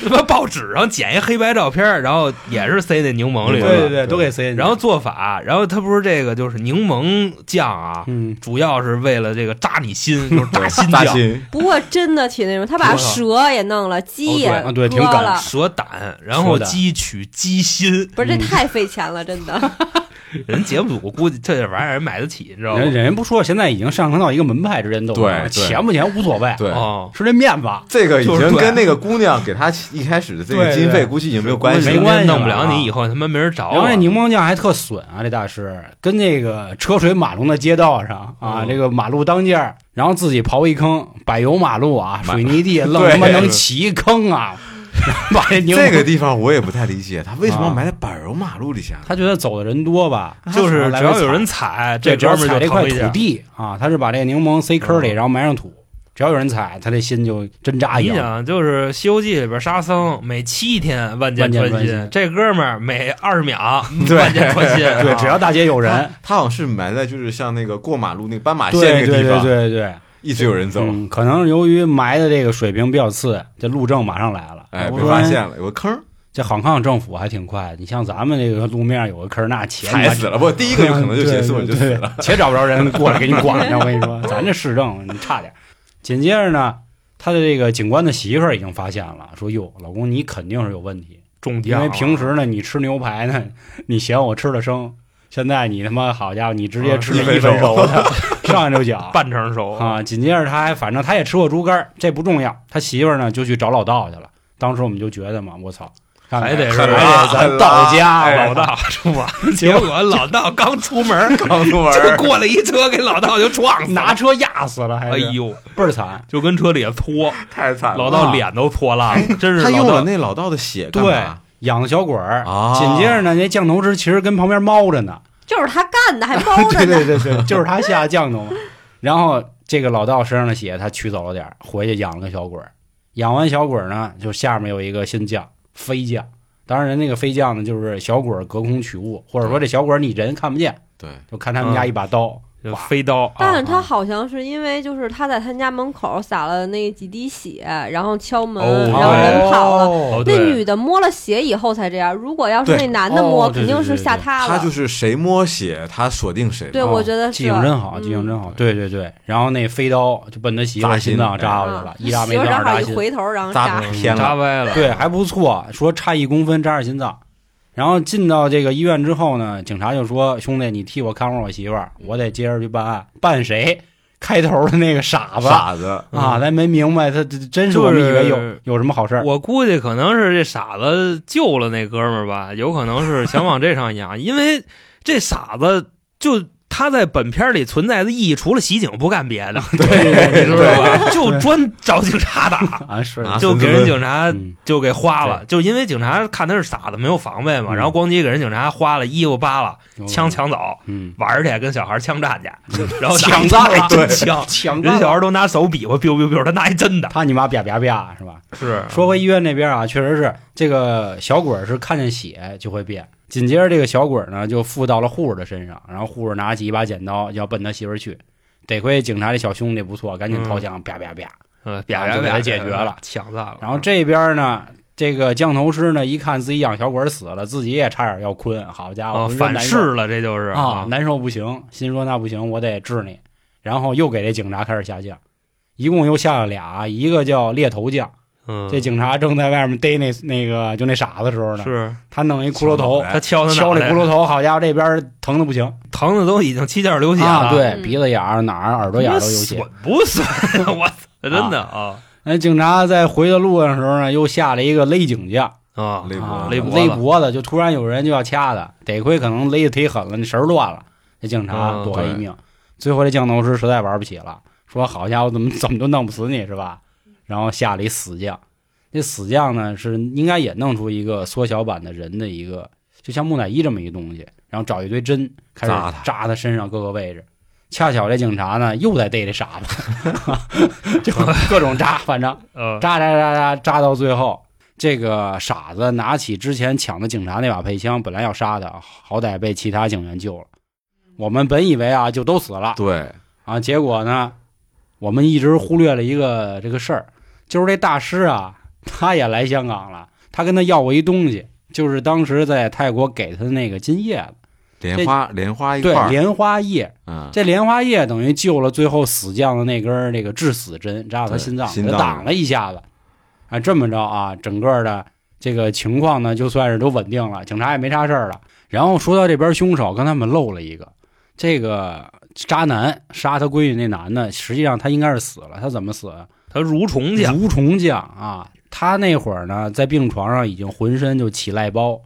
D: 他妈报纸上剪一黑白照片儿，然后也是塞那柠檬里
A: 对
D: 了。
A: 对对，都给塞进去。
D: 然后做法，然后他不是这个就是柠檬酱啊，
C: 嗯，
D: 主要是为了这个扎你心，就是扎心
F: 大
D: 酱。
F: 心
E: 不过真的挺那什么，他把蛇也弄了，鸡也
C: 哦对啊对挺
E: 割
C: 敢
E: 了，
D: 蛇胆，然后
C: 蛇胆
D: 鸡取鸡心，
E: 不是这太费钱了，真的。
D: 人节目组估计这玩意儿人买得起，你知道吗
C: 人？人不说，现在已经上升到一个门派之间斗争了，
F: 对对
C: 钱不钱无所谓，
F: 对。
D: 哦，
C: 是这面子，
F: 这个已
D: 就是
F: 经
D: 对
F: 跟那个姑娘给他一开始的这
A: 对对
F: 个经费估计已经没有关系
C: 没
F: 了，
C: 关系了
D: 弄不了你，以后他妈没人找
C: 然后
D: 我
F: 啊
C: 这。柠檬酱还特损啊，这大师跟那个车水马龙的街道上啊，
D: 嗯
C: 这个马路当间儿，然后自己刨一坑，柏油马路啊，
F: 马
C: 水泥地，愣
F: 对
C: 他妈能起一坑啊！ 把这柠檬
F: 这个地方我也不太理解，他为什么
C: 啊
F: 要埋在柏油马路底下？
C: 他觉得走的人多 吧，
D: 就是
C: 来
D: 只
C: 回
D: 要有
C: 踩
D: 人踩，
C: 对，只
D: 哥
C: 要
D: 们
C: 踩
D: 儿
C: 这
D: 就
C: 块
D: 疼一
C: 土
D: 下。
C: 地啊，他是把这个柠檬塞坑里，
D: 嗯
C: 然后埋上土，只要有人踩，他这心就针扎一
F: 哎
D: 你
C: 样。
D: 想，就是《西游记》里边沙僧每七天万箭
C: 万箭
D: 穿
C: 穿
D: 心
C: 心，
D: 这哥们儿每二十 秒
F: 对
D: 万箭穿心。
F: 啊
D: 啊
C: 对，只要大街有人，
F: 他好像是埋在就是像那个过马路那个斑马线
C: 对
F: 那个
C: 对
F: 地
C: 对
F: 方，
C: 对对，
F: 一直有人走，
C: 嗯，可能由于埋的这个水平比较次，这路政马上来了，
F: 哎，
C: 要
F: 被
C: 不
F: 发
C: 然
F: 现了，有个坑儿，
C: 这杭康政府还挺快，你像咱们这个路面有个坑儿，那且
F: 踩死了，不，第一个就可能就结束了，
C: 嗯对
F: 就死了。
C: 对且找不着人过来给你 管着。我跟你说，咱这市政你差点儿。紧接着呢，他的这个警官的媳妇儿已经发现了，说：“哟，老公，你肯定是有问题，
D: 中
C: 因
D: 奖了，
C: 为平时呢你吃牛排呢，你嫌我吃的生，现在你他妈好家伙，你直接吃了
F: 啊
C: 一分熟的，上来就 讲。”
D: 半成熟
C: 啊，紧接着他还反正他也吃过猪肝儿，这不重要。他媳妇儿呢就去找老道去了。当时我们就觉得嘛，我操，看来
D: 还得是哎
C: 还得咱道家
D: 老
C: 道
D: 道出 门，结果老道刚出门，
F: 刚出门
D: 就
F: 儿
D: 过来一车，给老道就撞死了
C: 拿。车压死了，还
D: 哎
C: 是
D: 呦，
C: 倍儿惨。
D: 就跟车里搓，
F: 太惨
D: 老
F: 了。
C: 啊
D: 道脸都搓烂了，真是
F: 他
D: 老
F: 用
D: 道
F: 了那老道的血干
C: 对
F: 嘛？，
C: 养的小鬼儿。
F: 啊
C: 紧接着呢，那降头师其实跟旁边猫着呢，
E: 就是他干的，还包着
C: 对
E: 呢。
C: 对对对，就是他下降头嘛。然后这个老道身上的血他取走了点儿，回去养了个小鬼儿。养完小鬼儿呢，就下面有一个新将飞将。当然，人那个飞将呢，就是小鬼儿隔空取物，或者说这小鬼儿你人看不见，
F: 对，
C: 就看他们家一把刀。
D: 就飞刀
E: 但
D: 啊
E: 是他好像是因为就是他在他家门口撒了那几滴血，然后敲门，
D: 哦
E: 然后人跑了。
D: 哦，
E: 那
D: 对
E: 女的摸了血以后才这样，如果要是那
F: 对
E: 男的摸，
C: 哦对
E: 肯定是吓他了。
F: 他就是谁摸血，他锁定谁。
E: 对，
C: 哦
E: 我觉得是
C: 记性真好，记性
E: 嗯
C: 真好。对对对，然后那飞刀就奔他媳妇儿
F: 扎心
C: 心脏扎
E: 啊
C: 过去了，一扎没
E: 媳妇
C: 中，
E: 儿正
C: 二
E: 好
C: 扎
E: 一
C: 心。
E: 回头，然后扎
F: 扎
D: 嗯
F: 偏
D: 扎
F: 了，
D: 歪 了，
C: 对，还不错，说差一公分扎着心脏。然后进到这个医院之后呢，警察就说：“兄弟，你替我看管我媳妇儿，我得接着去办案。办谁？开头的那个 傻子
F: 傻子，
C: 啊，咱没明白，他这真是我们以为有、
D: 就是
C: 有什么好事儿。
D: 我估计可能是这傻子救了那哥们儿吧，有可能是想往这上养，因为这傻子就他在本片里存在的意义，除了袭警不干别的，对，你知道吧？就专找警察打，
C: 啊，是
F: 啊
D: 就给人警察
C: 嗯
D: 就给花了，就因为警察看他是傻子没有防备嘛，
C: 嗯
D: 然后咣叽给人警察花了，衣服扒了，枪，抢走，
C: 嗯，
D: 玩儿去跟小孩儿枪战去， 然后拿
C: 抢战哦了
D: 对枪，
C: 抢
D: 人小
C: 儿
D: 孩儿都拿手比划，biu biu biu，他拿一真的，
C: 他你妈啪啪啪是吧？
D: 是
C: 说回医院那边啊，确实是这个小鬼儿是看见血就会变。紧接着这个小鬼儿呢就附到了护士的身上，然后护士拿起一把剪刀要奔他媳妇儿去。得亏警察这小兄弟不错，赶紧掏枪，啪啪啪。
D: 呃，
C: 然后
D: 俩人
C: 就给他解决了
D: 啊抢赞了。嗯
C: 然后这边呢，这个降头师呢一看自己养小鬼儿死了，自己也差点要昏，好家伙，
D: 啊，
C: 浑身
D: 反
C: 难受
D: 噬了，这就是
C: 啊，，难受不行，心说那不行，我得治你。然后又给这警察开始下降，一共又下了俩，一个叫猎头降，
D: 嗯，
C: 这警察正在外面逮那那个就那傻子的时候呢，
D: 是
C: 他弄一骷髅头，
D: 他敲他
C: 敲
D: 脑
C: 这
D: 袋
C: 骷，髅头，好家伙，这边疼的不行
D: 疼的都已经七窍流血了，
C: 啊！对，
E: 嗯
C: 鼻子眼儿哪儿耳朵眼儿都有血
D: 损。不损？ 我操，真的啊
C: 那警察在回的路上的时候呢，又下了一个勒颈架，
D: 啊，
F: 勒脖
C: 啊
F: 子
D: 勒
C: 勒
D: 脖子
C: 脖子，就突然有人就要掐他，得亏可能勒的忒狠了，那绳儿断了，那警察
F: 嗯
D: 啊
C: 躲了一命。最后这降头师实在玩不起了，说好家伙，怎么怎么都弄不死你是吧？然后下了一死将，那死将呢是应该也弄出一个缩小版的人的一个，就像木乃伊这么一东西，然后找一堆针开始
F: 扎他
C: 扎他身上各个位置。恰巧这警察呢又在逮这傻子， 就各种扎，反正
D: 呃，
C: 扎扎扎扎扎到最后，这个傻子拿起之前抢的警察那把配枪，本来要杀他，好歹被其他警员救了。我们本以为啊，就都死了
F: 对，
C: 啊，结果呢，我们一直忽略了一个这个事儿，就是这大师啊，他也来香港了，他跟他要过一东西，就是当时在泰国给他的那个金叶子，
F: 莲花莲花一块
C: 对，
F: 儿，
C: 莲花叶。
F: 嗯，
C: 这莲花叶等于救了最后死将的那根儿这个致死针，扎到他
F: 对
C: 心脏，
F: 心
C: 给他
F: 脏
C: 挡了一下子。啊，这么着啊，整个的这个情况呢，就算是都稳定了，警察也没啥事儿了。然后说到这边凶手，刚才我们漏了一个，这个渣男杀他闺女那男的，实际上他应该是死了，他怎么死啊？
D: 他蠕虫去，
C: 蠕虫匠啊，他那会儿呢，在病床上已经浑身就起癞包，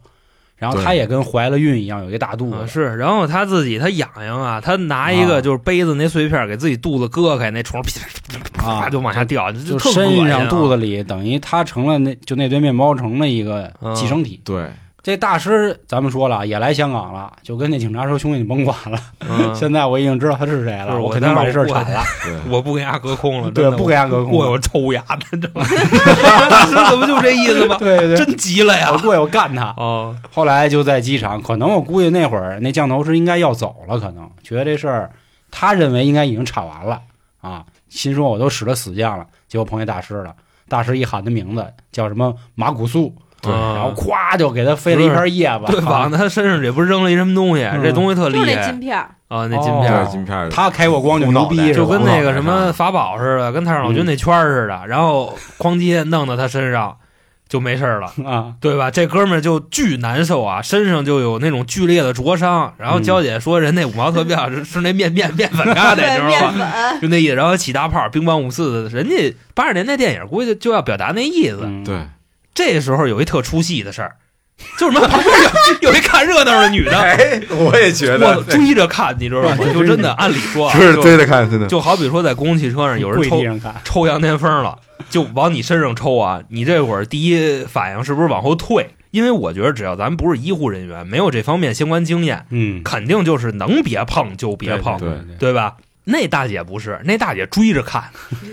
C: 然后
F: 对
C: 他也跟怀了孕一样，有一大肚子。
D: 啊，是，然后他自己他痒痒啊，他拿一
C: 啊
D: 个就是杯子那碎片给自己肚子割开，那虫儿噼 啪啪
C: 啊
D: 啪就往下掉，就
C: 就
D: 特恶
C: 身
D: 心
C: 上、
D: 啊
C: 肚子里，等于他成了那就那堆面包虫的一个
D: 嗯
C: 寄生体。
F: 对，
C: 这大师咱们说了，也来香港了，就跟那警察说：“兄弟，你甭管了，
D: 嗯
C: 现在我已经知道他是谁
D: 就
C: 了，
D: 是我
C: 肯定把这事儿
D: 待会儿
C: 铲了，
F: 对
D: 我不给牙隔 空了，
C: 对，
D: 真的
C: 不给他隔
D: 我
C: 空
D: 我。抽牙的，真的， 这怎么就这意思”吗？
C: 对对对，
D: 真急了
C: 我
D: 呀！
C: 过去我干他。
D: 哦，
C: 后来就在机场，可能我估计那会儿那降头师应该要走了，可能觉得这事儿他认为应该已经铲完了啊，心说我都使了死将了，结果碰见大师了。大师一喊他名字叫什么马古素，然后
D: 啊
C: 咵就给他飞了一片叶子，啊
D: 对，往他身上也不是扔了一什么东西，
C: 嗯
D: 这东西特
E: 就是
D: 厉
E: 那
D: 害
E: 金片儿，
D: 啊，那金
C: 哦
D: 片
F: 这
D: 儿
F: 是金片儿
C: 他开过光就牛逼，
F: 对
C: 是吧
D: 就跟那个什
F: 我脑袋
D: 么法宝似的，跟太上老
C: 嗯
D: 君那圈儿似的，然后哐叽弄到他身上就没事儿了。
C: 啊，
D: 对吧？这哥们儿就巨难受啊，身上就有那种剧烈的灼伤。然后娇
C: 嗯
D: 姐说，人那五毛特效是是那面面面粉疙瘩，
E: 对
D: 知道
E: 面
D: 吗？
E: 粉，
D: 就那意思。然后起大泡，乒乓五四，人家八十年代电影估计就要表达那意思。
C: 嗯，
F: 对，
D: 这时候有一特出戏的事儿，就是什么旁边有 有一看热闹的女的，
F: 哎，我也觉
D: 我追着看，你知道吗？
C: 对
D: 就真的按理说啊，
F: 是
D: 就
F: 追着看，真的，
D: 就好比说在公共汽车上有人
C: 跪
D: 抽
F: 啊
C: 地上看，
D: 抽羊癫疯了，就往你身上抽啊！你这会儿第一反应是不是往后退？因为我觉得只要咱们不是医护人员，没有这方面相关经验，
C: 嗯，
D: 肯定就是能别碰就别碰，
F: 对
C: 对
D: 对吧？那大姐不是，那大姐追着 看，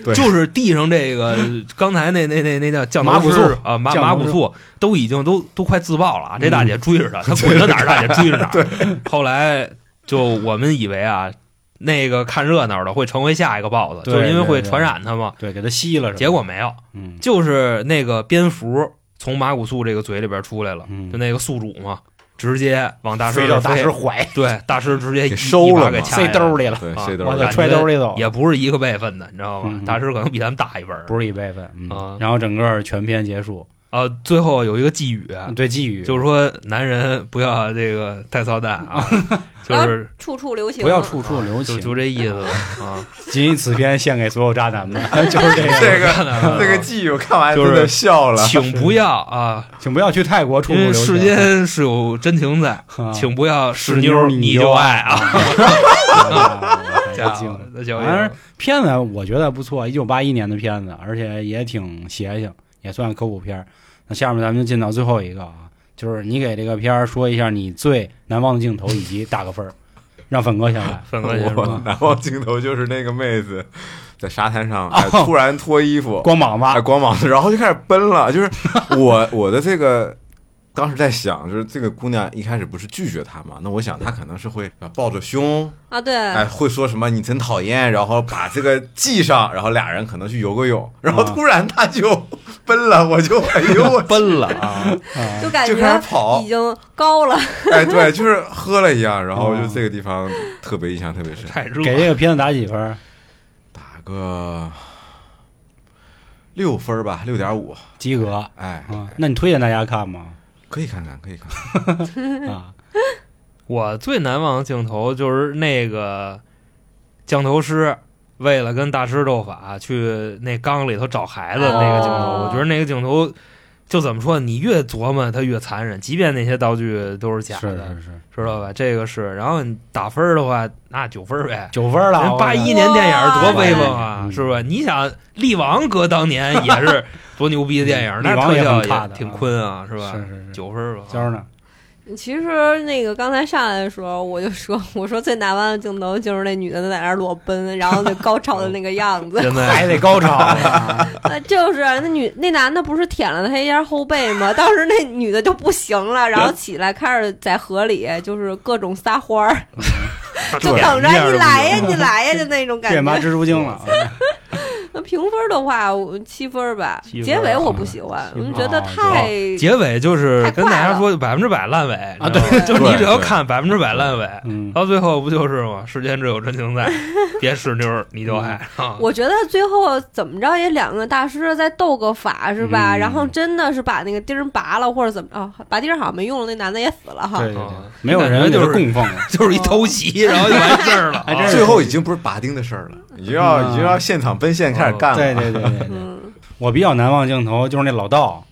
F: 对
D: 就是地上这个刚才那那那那叫降
C: 马
D: 头
C: 古
D: 师
C: 素
D: 啊，马
C: 降头
D: 马
C: 师
D: 古素都已经都都快自爆了啊！这大
C: 嗯
D: 姐追着她，她滚到哪儿大姐追着哪儿。后来就我们以为啊，那个看热闹的会成为下一个 BOSS，
C: 对
D: 就是因为会
C: 对对
D: 传染他嘛。
C: 对，给他吸了，
D: 结果，没有，
C: 嗯
D: 就是那个蝙蝠从马古素这个嘴里边出来了，
C: 嗯
D: 就那个宿主嘛，直接往大师
C: 飞
D: 这
C: 到
D: 儿
C: 大
D: 飞
C: 师怀，
D: 对大师直接一
F: 给收了
D: 一把
F: 嘛
D: 给掐
C: 塞
D: 下来
C: 兜里了，
F: 对
D: 啊，
F: 谁都
C: 我
F: 是
C: 就揣兜里走，
D: 也不是一个辈分的，你知道吗
C: 嗯？
D: 大师可能比咱们大一辈儿
C: 不是一辈分，嗯
D: 啊，
C: 然后整个全篇结束，
D: 啊。最后有一个寄语，啊
C: 嗯对，寄语
D: 就是说男人不要这个太操蛋 啊，就是
E: 处处留情，
C: 不要啊处处留
D: 就
C: 情，
D: 就这意思 啊。哎
C: 仅以此篇献给所有渣男 们，就是 这个，
F: 这个
D: 看到没有
F: 这个剧我看完
D: 啊就
F: 真
D: 是
F: 的笑了，
D: 请不要啊，
C: 请不要去泰国处处留
D: 因为
C: 情，
D: 世间是有真情在，
C: 啊
D: 请不要
C: 是
D: 是妞
C: 妞
D: 儿
C: 儿你
D: 你
C: 就
D: 就爱啊。
C: 啊太精了。
D: 那叫
C: 反正片子我觉得不错，一九八一年的片子，而且也挺邪性，也算科普片儿。那下面咱们就进到最后一个啊，就是你给这个片儿说一下你最难忘的镜头以及打个分儿，让粉哥先来。 啊
D: 粉哥先说
F: 我难忘镜头就是那个妹子在沙滩上、哎
C: 哦
F: 突然脱衣服，
C: 光膀
F: 哎
C: 子，
F: 光膀子，然后就开始奔了。就是我我的这个当时在想，就是这个姑娘一开始不是拒绝他嘛？那我想她可能是会抱着胸，
E: 啊，对，
D: 嗯
F: 哎，会说什么你真讨厌，然后把这个系上，然后俩人可能去游个
D: 嗯
F: 泳，然后
C: 啊
F: 突然她就奔了，我就哎呦我
D: 奔了啊，
E: 就感
F: 就开
E: 觉
F: 始跑
E: 已，经高了，
F: 哎对，就是喝了一样，然后就这个地方特别印象特别深，
D: 太热
C: 给这个片子打几分儿？
F: 打个六分儿吧，六点五，
C: 及格。
F: 哎，
D: 嗯
C: 啊，那你推荐大家看吗？
F: 可以看看，可以看看，
E: 嗯
C: 啊，
D: 我最难忘的镜头就是那个降头师为了跟大师斗法，去那缸里头找孩子的那个镜头。
E: 哦
D: 我觉得那个镜头就怎么说，你越琢磨它越残忍，即便那些道具都是假
C: 是
D: 的，
C: 是是，
D: 知道吧？这个是。然后你打分儿的话，那九分儿呗。
C: 九分儿了啊
D: 人。八
C: 我
D: 一
C: 看
D: 年电影儿多威风
C: 哇
D: 啊，
C: 嗯
D: 是吧？你想，力王哥当年也是多牛逼的电 影儿，那
C: 力王也
D: 特
C: 很
D: 效
C: 差的
D: 挺坤啊，是吧？
C: 是是是，
D: 九分儿吧，
C: 娇儿呢？
E: 其实那个刚才上来的时候，我就说，我说最难忘的镜头就是那女的在那儿裸奔，然后那高潮的那个样 子，
D: 现在
C: 还得高潮 啊，
E: 呃就是那女那男的不是舔了她一下后背吗？当时那女
C: 嗯
E: 的就不行了，然后起来开始在河里就是各种撒欢儿，就等着你来呀，你来呀，就那种感
C: 变妈
E: 觉。
C: 蜘蛛精 了，
E: 那评分的话，我七分吧。
D: 七分
E: 结尾我不喜欢，我
C: 嗯
E: 就觉
C: 哦
E: 得太
D: 结尾就是
E: 太快
D: 跟大家说百分之百烂尾啊
E: 对
D: 就是你只要
F: 对
D: 看百分之百烂尾，
C: 嗯，
D: 到最后不就是吗？世间只有真情 在，别是妞儿你就爱
C: 嗯
D: 啊。
E: 我觉得最后怎么着也两个大师再斗个法是吧？
C: 嗯
E: 然后真的是把那个钉儿拔了或者怎么哦，拔钉儿好像没用了，那男的也死了哈。
C: 对对对
D: 啊，
C: 没有人给
D: 就
C: 他
D: 是
C: 供奉了，
D: 就是一偷袭，
C: 哦
D: 然后就完事儿了。啊
C: 还真是
F: 最后已经不是拔钉的事儿了，已经要已经要现场奔现开始干了。
C: 对对对对对，
E: 嗯，
C: 我比较难忘镜头就是那老道，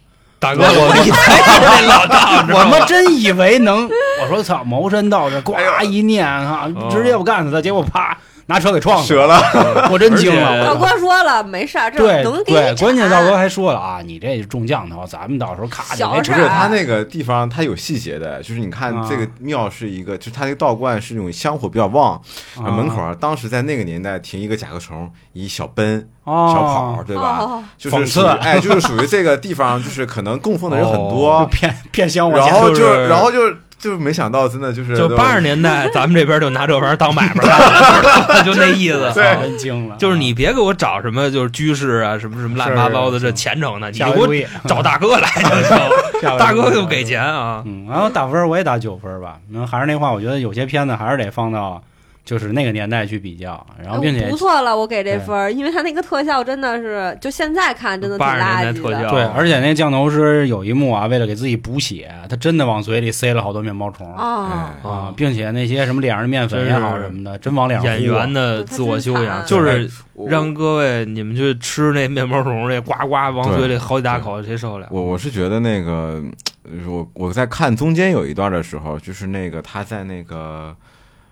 D: 大哥，我一猜就是那老大，你知
C: 我
D: 道吗
C: 们真以为能， 我说操，谋山道这呱一念哈，直接我干死他，结果啪拿车给撞死
F: 折，了，
C: 我真惊了，
D: 而且
E: 道
C: 我
E: 哥说了没事儿，这
C: 对
E: 能给
C: 对
E: 你，
C: 关键
E: 铲
C: 道哥还说了啊，你这中降头，咱们到时候咔就没
E: 小
F: 不
E: 事
C: 辙
E: 儿
F: 哎是他那个地方，他有细节的，就是你看
C: 啊
F: 这个庙是一个，就是他那个道观是那种香火比较旺，
C: 啊
F: 门口啊当时在那个年代停一个甲壳虫，一小奔、
C: 哦
F: 小跑，对吧？
E: 哦，
F: 就是
C: 讽刺
F: 属于哎，就是属于这个地方，就是可能供奉的人很多，
C: 骗骗香火
F: 然
C: 钱，
F: 后
D: 就是
F: 是然后就就是没想到，真的就是
D: 就八十年代，咱们这边就拿这玩意儿当买卖了，就那意 思。
F: 对
D: 啊
C: 真惊了，
D: 就是你别给我找什么就是居士啊，什么什么乱七八糟的
C: 啊
D: 这虔诚的，你
C: 下
D: 就
C: 回注
D: 给
C: 意，
D: 我找大哥来就行，
C: 下回
D: 大
C: 注
D: 哥
C: 意
D: 就给钱。啊。
C: 嗯，然后打分儿我也打九分儿吧。那还是那话，我觉得有些片子还是得放到就是那个年代去比较，然后并且
E: 不错哎了，我给这分儿，因为他那个特效真的是，就现在看真的挺
D: 80年代
E: 垃圾
D: 特效
E: 的。
C: 对，而且那降头师有一幕啊，为了给自己补血，他真的往嘴里塞了好多面包虫
E: 哦，
F: 哎
C: 啊，并且那些什么脸上的面粉也好
D: 真是
C: 什么的，真往脸上
D: 演
C: 糊啊
D: 员的自我修养，
E: 对他真惨
F: 哎
D: 就是
F: 我
D: 让各位你们去吃那面包虫，这呱呱往嘴里好几大口，谁受得了？
F: 我我是觉得那个，呃我我在看中间有一段的时候，就是那个他在那个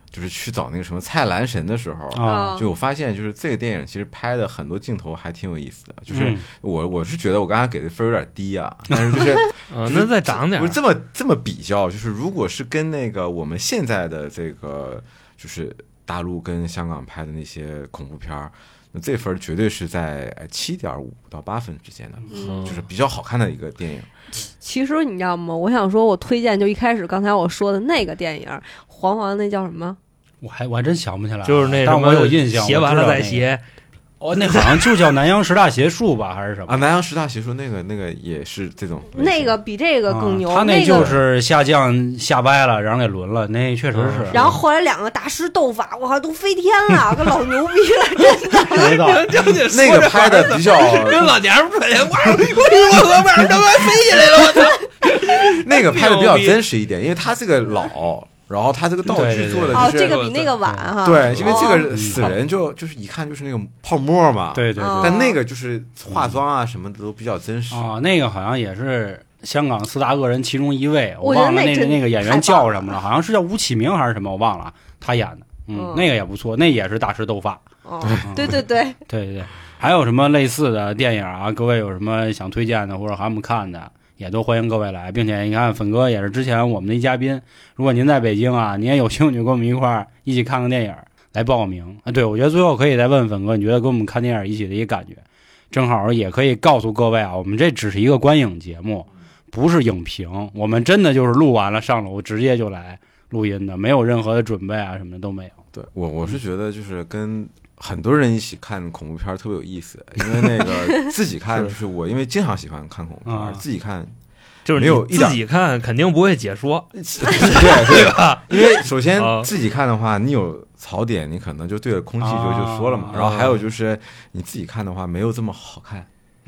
F: 就是去找那个什么菜篮神的时候。
C: 啊，
E: 嗯
F: 就我发现，就是这个电影其实拍的很多镜头还挺有意思的。就
C: 嗯
F: 是我我是觉得我刚才给的分有点低啊，但是就是
D: 嗯，那再长点
F: 不
D: 儿
F: 是。这么这么比较，就是如果是跟那个我们现在的这个就是大陆跟香港拍的那些恐怖片儿，那这分绝对是在呃七点五到八分之间的，
E: 嗯
F: 就是比较好看的一个电影。
E: 其实你知道吗？我想说，我推荐就一开始刚才我说的那个电影，黄黄那叫什么？
C: 我还我还真想不起来了，
D: 就是那什
C: 但
D: 么
C: 我有印象，
D: 鞋
C: 我
D: 完
C: 知
D: 了
C: 道
D: 再
C: 那个，
D: 鞋，
C: 哦，那好像就叫南洋十大邪术吧，还是什么？
F: 啊，南洋十大邪术那个那个也是这种类型
E: 那个比这个更牛，
C: 啊他
E: 那
C: 就
E: 个。
C: 是下降下歪了，然后给轮了，那确实是。
E: 嗯然后后来两个大师斗法，我靠，都飞天了，可老牛逼了，真的。
C: 谁 道？
D: 就得
F: 那个拍的 比较，
D: 跟老娘们儿哇，我我外面 他妈飞起来了，我操！
F: 那个拍的比较真实一点，因为他这个老，然后 他这个道具做的
E: 哦，
F: 就是
E: 这个比那个晚哈。
F: 对，因为这
E: 哦
F: 个死人就就是一看就是那个泡沫嘛，
C: 对对对。
E: 哦
F: 但那个就是化妆啊什么的都比较真实。
C: 啊，那个好像也是香港四大恶人其中一位，
E: 我觉得
C: 忘了
E: 那
C: 那个
E: 真
C: 那个演
E: 太
C: 员
E: 棒
C: 叫什么了，好像是叫吴启明还是什么，我忘了，他演的，嗯，
E: 嗯
C: 那个也不错，那也是大师斗法，
E: 哦，对对对，
C: 对对对，还有什么类似的电影啊？各位有什么想推荐的或者还没看的？也都欢迎各位来，并且你看粉哥也是之前我们的一嘉宾，如果您在北京啊，您也有兴趣跟我们一块儿一起看看电影，来报名啊。对，我觉得最后可以再问粉哥，你觉得跟我们看电影一起的一个感觉，正好也可以告诉各位啊，我们这只是一个观影节目，不是影评，我们真的就是录完了上楼直接就来录音的，没有任何的准备啊什么的都没有。
F: 对我我是觉得就是跟很多人一起看恐怖片儿特别有意思，因为那 个自己看就是我因为经常喜欢看恐怖片儿，
C: 啊
F: 自己看
D: 就是
F: 没有
D: 你自
F: 一点
D: 己看肯定不会解说，
F: 对对吧？因为首先
D: 啊
F: 自己看的话，你有槽点，你可能就对着空气就
C: 啊
F: 就说了嘛。然后还有就是你自己看的话，没有这么好看。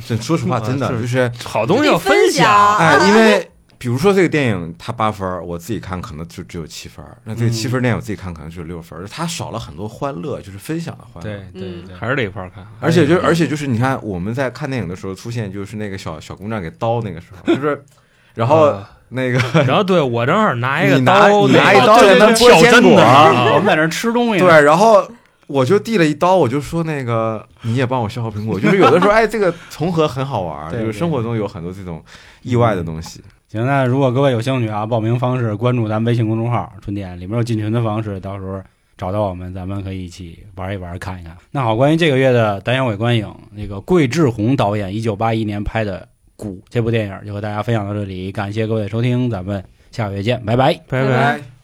F: 这说实话，
D: 啊
F: 真的
D: 是
F: 就是
D: 好东西要分
E: 啊
F: 哎，因为比如说这个电影它八分儿，我自己看可能就只有七分儿；那这个七分儿电影我自己看可能只有六分儿，它少了很多欢乐，就是分享的欢乐。
E: 对
C: 对
D: 还是得一块儿看。
F: 而且就而且就是你看我们在看电影的时候出现就是那个小小姑娘给刀那个时 候，就是然后
D: 啊
F: 那个
D: 然后对我正好拿一个
F: 你拿
D: 刀，
F: 你拿
D: 那
F: 一
D: 个
F: 刀
D: 对
F: 在那
D: 对
F: 剥
D: 挑
F: 坚
D: 针
F: 果
D: 的
F: 儿
C: 啊， 我们在那儿吃东西呢，
F: 对，然后我就递了一刀，我就说那个你也帮我削好苹果。就是有的时候，哎，这个重合很好玩 儿，
C: 对
F: 就是生活中有很多这种意外的东西。
C: 行，那如果各位有兴趣啊，报名方式关注咱们微信公众号“春点”，里面有进群的方式，到时候找到我们，咱们可以一起玩一玩，看一看。那好，关于这个月的单元尾观影，那个桂志红导演一九八一年拍的《蛊》这部电影，就和大家分享到这里，感谢各位的收听，咱们下个月见，拜拜。
D: 拜
E: 拜拜
D: 拜。